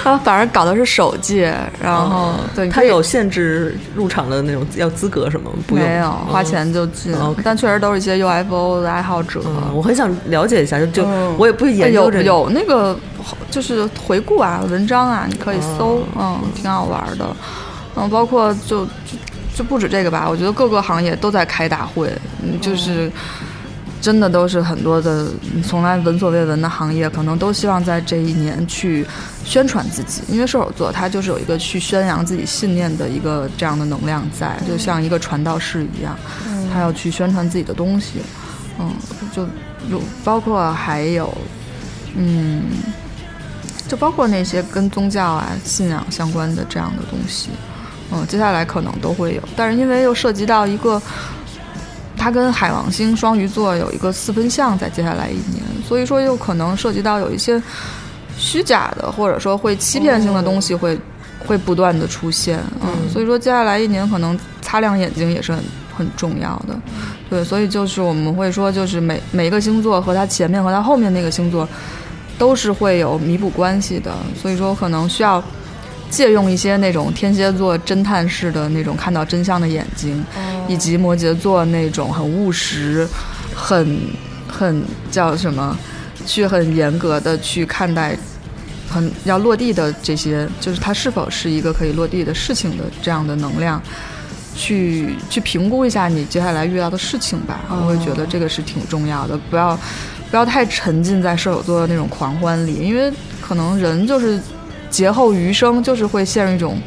S5: 他 反正搞的是首届，然后、哦对，你
S3: 他
S5: 可以
S3: 有限制入场的那种要资格什么？不用
S5: 没有花。钱就进、
S3: 嗯，OK
S5: 但确实都是一些 UFO 的爱好者。
S3: 嗯，我很想了解一下，就就
S5: 嗯
S3: 我也不研究
S5: 有
S3: 这个。
S5: 有那个就是回顾啊、文章啊，你可以搜，
S3: 哦
S5: 嗯，挺好玩的。嗯，包括就就就不止这个吧，我觉得各个行业都在开大会，嗯，
S3: 哦
S5: 就是。真的都是很多的嗯从来闻所未闻的行业，可能都希望在这一年去宣传自己，因为射手座他就是有一个去宣扬自己信念的一个这样的能量在，
S3: 嗯
S5: 就像一个传道士一样，他要去宣传自己的东西，嗯，就有包括还有，嗯，就包括那些跟宗教啊、信仰相关的这样的东西，嗯，接下来可能都会有，但是因为又涉及到一个，它跟海王星双鱼座有一个四分相，在接下来一年，所以说又可能涉及到有一些虚假的，或者说会欺骗性的东西会、会不断的出现，嗯，所以说接下来一年可能擦亮眼睛也是很很重要的。对，所以就是我们会说，就是每每一个星座和它前面和它后面那个星座，都是会有弥补关系的。所以说，可能需要借用一些那种天蝎座侦探式的那种看到真相的眼睛，以及摩羯座那种很务实、很很叫什么，去很严格的去看待。很要落地的这些，就是它是否是一个可以落地的事情的这样的能量，去去评估一下你接下来遇到的事情吧。我会觉得这个是挺重要的，不要不要太沉浸在射手座的那种狂欢里，因为可能人就是劫后余生，就是会陷入一种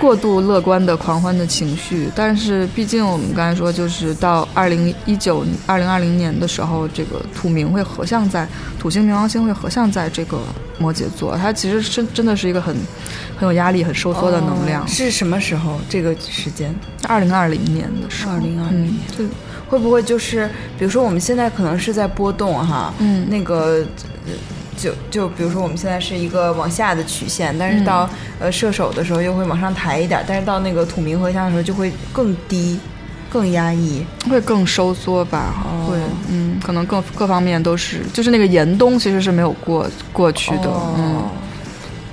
S5: 过度乐观的狂欢的情绪。但是毕竟我们刚才说，就是到二零一九、二零二零年的时候，这个土冥会合相在土星、冥王星会合相在这个摩羯座，它其实是真的是一个很很有压力、很收缩的能量
S4: 哦。是什么时候？这个时间？
S5: 二零二零年的时候，
S4: 2020
S5: 嗯，对，
S4: 会不会就是，比如说我们现在可能是在波动哈，
S5: 嗯
S4: 那个。呃就就比如说我们现在是一个往下的曲线，但是到、呃射手的时候又会往上抬一点，但是到那个土冥合相的时候就会更低，更压抑。
S5: 会更收缩吧，
S4: 哦
S5: 会，嗯，可能更各方面都是，就是那个严冬其实是没有过过去的，
S4: 哦
S5: 嗯。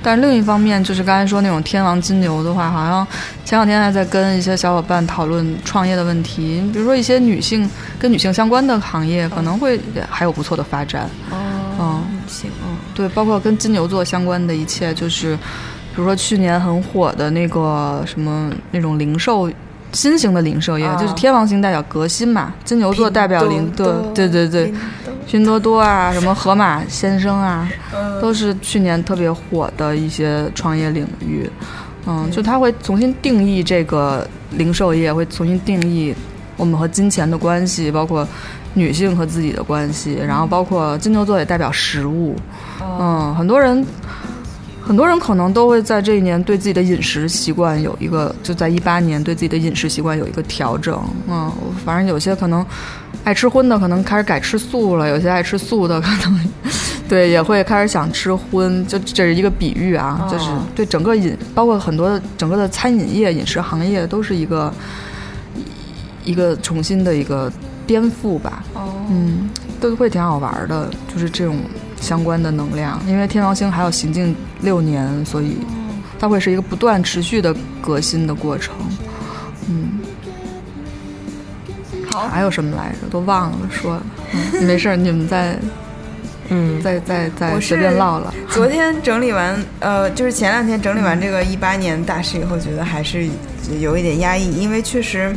S5: 但另一方面，就是刚才说那种天王金牛的话，好像前两天还在跟一些小伙伴讨论创业的问题，比如说一些女性跟女性相关的行业可能会还有不错的发展，
S4: 哦
S5: 嗯，
S4: 行，嗯，
S5: 对，包括跟金牛座相关的一切，就是比如说去年很火的那个什么那种零售。新型的零售业、
S4: 啊
S5: 就是天王星代表革新嘛，金牛座代表零，对对对对，拼多多啊，什么盒 马先生啊，都是去年特别火的一些创业领域。嗯，就它会重新定义这个零售业，会重新定义我们和金钱的关系，包括女性和自己的关系，然后包括金牛座也代表食物。嗯，很多人。很多人可能都会在这一年对自己的饮食习惯有一个，就在一八年对自己的饮食习惯有一个调整。嗯，反正有些可能爱吃荤的可能开始改吃素了，有些爱吃素的可能对，也会开始想吃荤，就这是一个比喻啊，就是
S4: 哦
S5: 对整个饮，包括很多的整个的餐饮业、饮食行业都是一个一个重新的一个颠覆吧，
S4: 哦，
S5: 嗯，都会挺好玩儿的，就是这种相关的能量，因为天王星还要行进六年，所以
S4: 嗯
S5: 它会是一个不断持续的革新的过程，嗯。
S4: 好
S5: 还有什么来着？都忘了 说了，嗯、没事儿，你们再
S3: 嗯，
S5: 再再再
S4: 我
S5: 随
S4: 是
S5: 便唠唠。
S4: 昨天整理完，呃，就是前两天整理完这个一八年大事以后，觉得还是有一点压抑，因为确实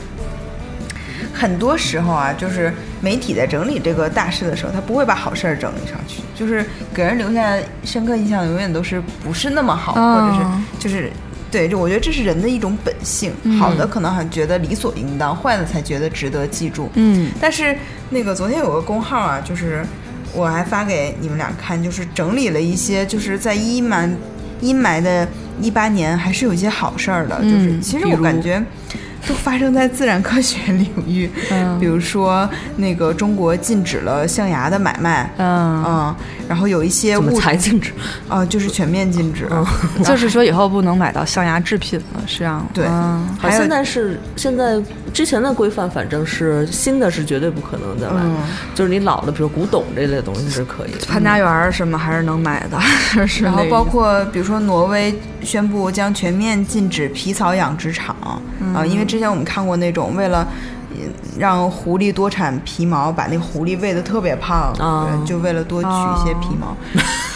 S4: 很多时候啊，就是媒体在整理这个大事的时候，他不会把好事儿整理上去，就是给人留下深刻印象，永远都是不是那么好，或者是
S5: 嗯
S4: 就是。对，这我觉得这是人的一种本性，好
S5: 嗯
S4: 的可能还觉得理所应当，坏的才觉得值得记住。
S5: 嗯，
S4: 但是那个昨天有个公号啊，就是我还发给你们俩看，就是整理了一些就是在阴霾阴霾的一八年，还是有一些好事儿的。
S5: 嗯
S4: 就是其实
S5: 比
S4: 我
S5: 如
S4: 感觉都发生在自然科学 领域，
S5: 嗯
S4: 比如说那个中国禁止了象牙的买卖。
S5: 嗯，
S4: 嗯，然后有一些
S3: 怎么
S4: 物
S3: 才禁止？
S4: 啊、就是全面禁止，
S5: 嗯就是说以后不能买到象牙制品了，是这样吗。
S4: 对
S5: 嗯
S3: 好，
S4: 还有
S3: 现在是现在之前的规范，反正是新的是绝对不可能再买，
S4: 嗯
S3: 就是你老的，比如古董这类的东西是可以的。
S5: 潘家园儿什么还是能买的， 是
S4: 然后
S5: 那
S4: 包
S5: 个
S4: 括比如说挪威宣布将全面禁止皮草养殖场啊、
S5: 嗯
S4: 因为之前我们看过那种为了嗯让狐狸多产皮毛，把那狐狸喂得特别胖，
S5: 嗯
S3: 啊
S4: 呃就为了多取一些皮毛。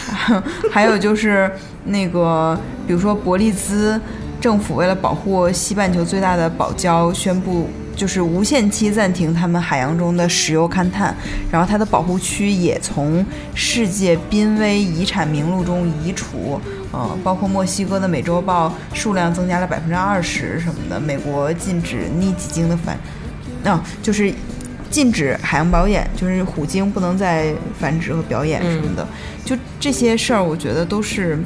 S4: 还有就是那个，比如说伯利兹政府为了保护西半球最大的堡礁，宣布。就是无限期暂停他们海洋中的石油勘探，然后它的保护区也从世界濒危遗产名录中移除，呃，包括墨西哥的美洲豹数量增加了百分之二十什么的。美国禁止逆几经的繁，啊，就是禁止海洋表演，就是虎鲸不能再繁殖和表演什么的。
S3: 嗯
S4: 就这些事儿，我觉得都是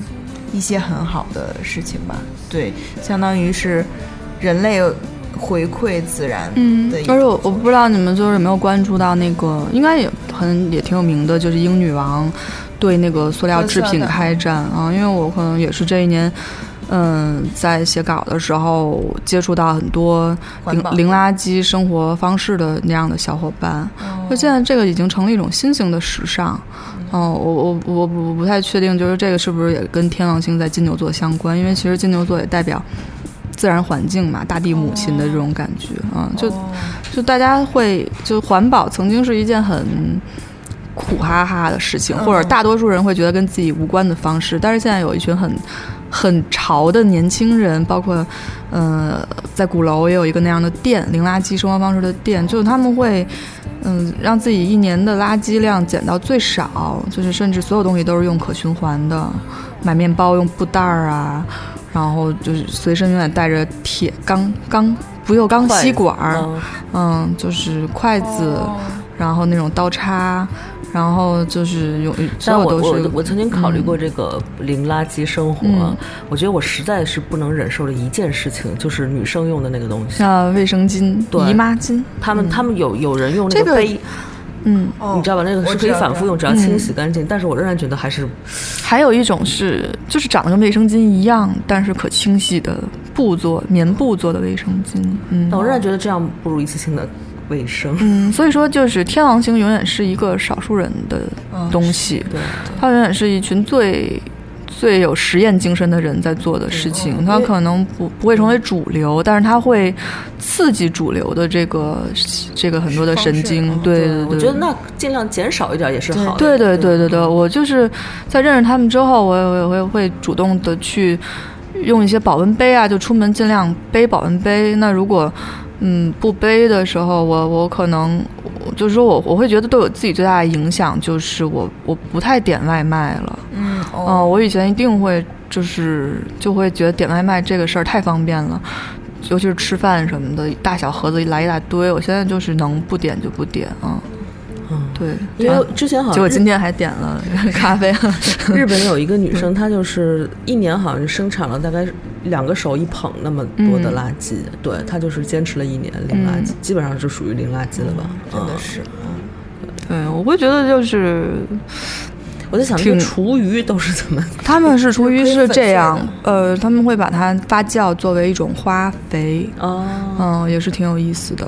S4: 一些很好的事情吧。对，相当于是人类回馈自然
S5: 嗯
S4: 的一，个。
S5: 而且我我不知道你们就是有没有关注到那个，应该也很也挺有名的，就是英女王对那个塑料制品开战啊，因为我可能也是这一年。嗯，在写稿的时候接触到很多
S4: 环
S5: 零
S4: 保
S5: 零垃圾生活方式的那样的小伙伴，
S4: 哦
S5: 就现在这个已经成了一种新型的时尚。
S4: 嗯
S5: 哦，我我我不我不太确定，就是这个是不是也跟天王星在金牛座相关？因为其实金牛座也代表自然环境嘛，大地母亲的这种感觉啊、
S4: 哦
S5: 嗯，就就大家会就环保曾经是一件很苦哈哈的事情，或者大多数人会觉得跟自己无关的方式，但是现在有一群很很潮的年轻人，包括呃，在鼓楼也有一个那样的店，零垃圾生活方式的店，就是他们会。嗯，让自己一年的垃圾量减到最少，就是甚至所有东西都是用可循环的，买面包用布袋儿啊，然后就是随身永远带着铁钢钢不锈钢吸管儿，
S3: 嗯
S5: 嗯，就是筷子，然后那种刀叉，然后就是有所
S3: 但
S5: 有
S3: 我
S5: 都
S3: 我
S5: 是
S3: 我曾经考虑过这个零垃圾生活，
S5: 嗯
S3: 我觉得我实在是不能忍受的一件事情，就是女生用的那个东西。
S5: 像卫生巾、
S3: 对
S5: 姨妈巾，
S3: 他们他们有有人用那
S5: 嗯这个
S3: 杯，
S5: 嗯，
S4: 哦
S3: 你知道吧？那个
S4: 我
S3: 是可
S4: 知
S3: 以
S4: 道
S3: 反复用，只要清洗干净。但是我仍然觉得还是
S5: 还有一种是就是长得跟卫生巾一样，但是可清洗的布做棉布做的卫生巾，嗯，
S3: 但我仍然觉得这样不如一次性的卫生。
S5: 嗯，所以说就是天王星永远是一个少数人的东西，
S3: 对，啊
S5: 它永远是一群最最有实验精神的人在做的事情，它可能不不会成为主流，但是它会刺激主流的这个这个很多的神经，对对对，
S3: 我觉嗯得那尽量减少一点也是好的。
S5: 对对对对对，我就是在认识他们之后，我也我也我也会主动的去用一些保温杯啊，就出门尽量背保温杯。那如果嗯不背的时候，我我可能我就是说我我会觉得对我自己最大的影响就是我我不太点外卖了。
S4: 嗯
S5: 嗯、
S4: 哦，
S5: 我以前一定会就是就会觉得点外卖这个事儿太方便了。尤其是吃饭什么的，大小盒子一来一大堆，我现在就是能不点就不点啊。
S3: 嗯
S5: 对，啊
S3: 因为之前好像
S5: 结果
S3: 日
S5: 今天还点了咖啡。
S3: 日本有一个女
S5: 嗯
S3: 生，她就是一年好像生产了大概两个手一捧那么多
S5: 嗯
S3: 的垃圾，对她就是坚持了一年零垃圾，基本上就属
S5: 哦
S3: 于零垃圾了吧？
S4: 真的
S3: 嗯
S4: 是，
S5: 对，我会觉得就是，
S3: 我在想，这
S5: 挺
S3: 个厨余都是怎么？
S5: 他们是出于
S4: 就是可以
S5: 是
S4: 粉
S5: 这
S4: 碎
S5: 样，呃，他们会把它发酵作为一种花肥，
S3: 哦，
S5: 嗯，也是挺有意思的，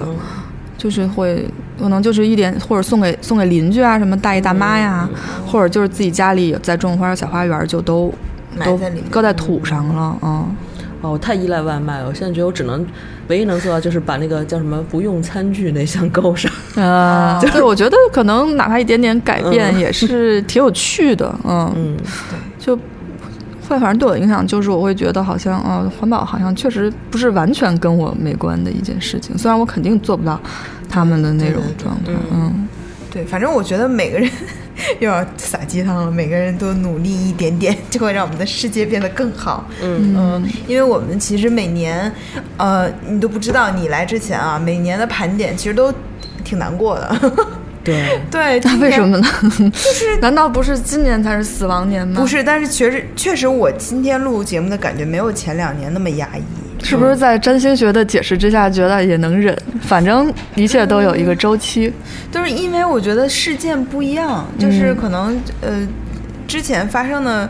S5: 就是会可能就是一点，或者送给送给邻居啊，什么大爷大妈呀，
S4: 嗯
S5: 或者就是自己家里有在种花小花园儿，就都
S4: 埋
S5: 都
S4: 在里面
S5: 搁在土上了，嗯，
S3: 哦，我太依赖外卖了，我现在觉得我只能唯一能做到就是把那个叫什么不用餐具那项勾上。
S5: 呃， 对，我觉得可能哪怕一点点改
S4: 嗯
S5: 变也是挺有趣的，嗯，
S3: 嗯，
S5: 就会反正对我影响就是我会觉得好像，呃，环保好像确实不是完全跟我没关的一件事情，虽然我肯定做不到他们的那种状态，嗯，
S4: 对，反正我觉得每个人 又要撒鸡汤了，每个人都努力一点点， 就会让我们的世界变得更好。嗯因为我们其实每年，呃，你都不知道你来之前啊，每年的盘点其实都挺难过的。
S3: 对，
S4: 对，
S5: 那为什
S4: 么？
S5: 么呢？就是 难道不是今年才是死亡年吗？
S4: 不，是，但是确实确实，我今天录节目的感觉没有前两年那么压抑。
S5: 是不是在占星学的解释之下，觉得也能忍？反正一切都有一个周期。
S4: 就是因为我觉得事件不一样，
S5: 嗯
S4: 就是可能、呃之前发生的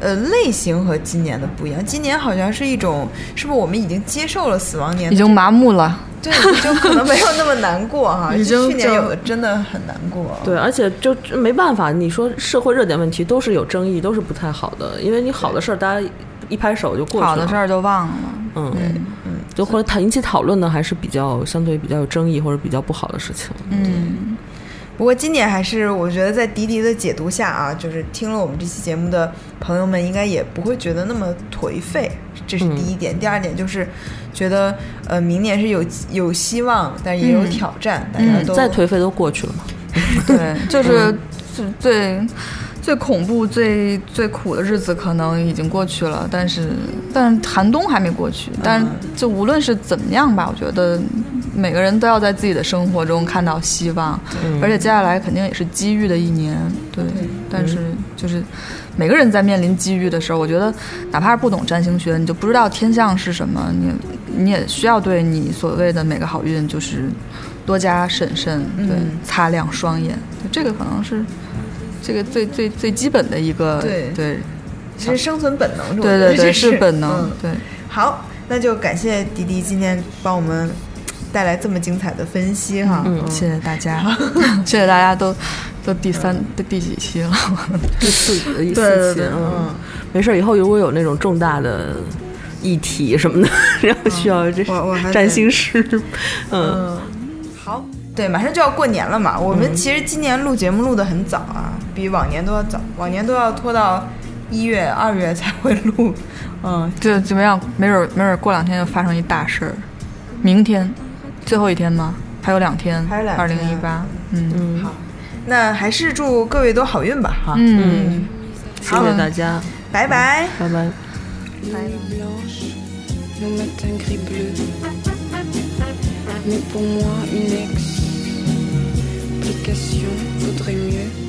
S4: 呃类型和今年的不一样。今年好像是一种，是不是我们已经接受了死亡年
S5: 已？经麻木了，
S4: 对，就可能没有那么难过 哈。
S5: 已
S4: 就
S5: 经
S4: 去年
S5: 就
S4: 有的真的很难过。
S3: 对，而且就没办法，你说社会热点问题都是有争议，都是不太好的，因为你好的事儿大家一拍手就过去了，
S5: 好的事儿就忘了。
S3: 嗯，就或者谈引起讨论的还是比较相对比较有争议或者比较不好的事情。
S4: 不过今年还是我觉得在迪迪的解读下啊，就是听了我们这期节目的朋友们，应该也不会觉得那么颓废，这
S5: 嗯
S4: 是第一点。第二点就是觉得呃，明年是有有希望，但也有
S5: 嗯
S4: 挑战，大家嗯都、
S3: 再颓废都过去了嘛。
S5: 对，就是是最最恐怖、最最苦的日子可能已经过去了，但是但是寒冬还没过去。但就无论是怎么样吧，我觉得每个人都要在自己的生活中看到希望，而且接下来肯定也是机遇的一年。对，但是就是每个人在面临机遇的时候，我觉得哪怕是不懂占星学，你就不知道天象是什么，你你也需要对你所谓的每个好运就是。多加审慎，对，擦亮双眼，对这个可能是这个最最最基本的一个，
S4: 对
S5: 对
S4: 这是生存本能，是吧
S5: 对对对，
S4: 这是
S5: 是本能，
S4: 嗯
S5: 对。
S4: 好，那就感谢迪迪今天帮我们带来这么精彩的分析哈。嗯
S5: 谢谢大家，谢谢大家都都第三都第几期了？
S3: 第四呃第
S4: 对对
S3: 四期，
S4: 对
S3: 嗯，没事儿，以后如果有那种重大的议题什么的， 然后需要这
S4: 我我还得
S3: 占星师， 嗯，
S4: 好，对，马上就要过年了嘛。我
S5: 嗯
S4: 们其实今年录节目录得很早啊，比往年都要早，往年都要拖到一月、二月才会录。嗯，
S5: 就怎么样？没准儿没准儿过两天就发生一大事儿。明天最后一天吗？还有两天，
S4: 还有两
S5: 二
S4: 天
S5: 零一八，嗯
S4: 那还是祝各位都好运吧哈。
S5: 嗯。
S3: 谢谢大家，
S4: 拜拜。
S3: 拜拜。
S6: blanche, le matin gris bleu. Mais pour moi, une explication vaudrait mieux.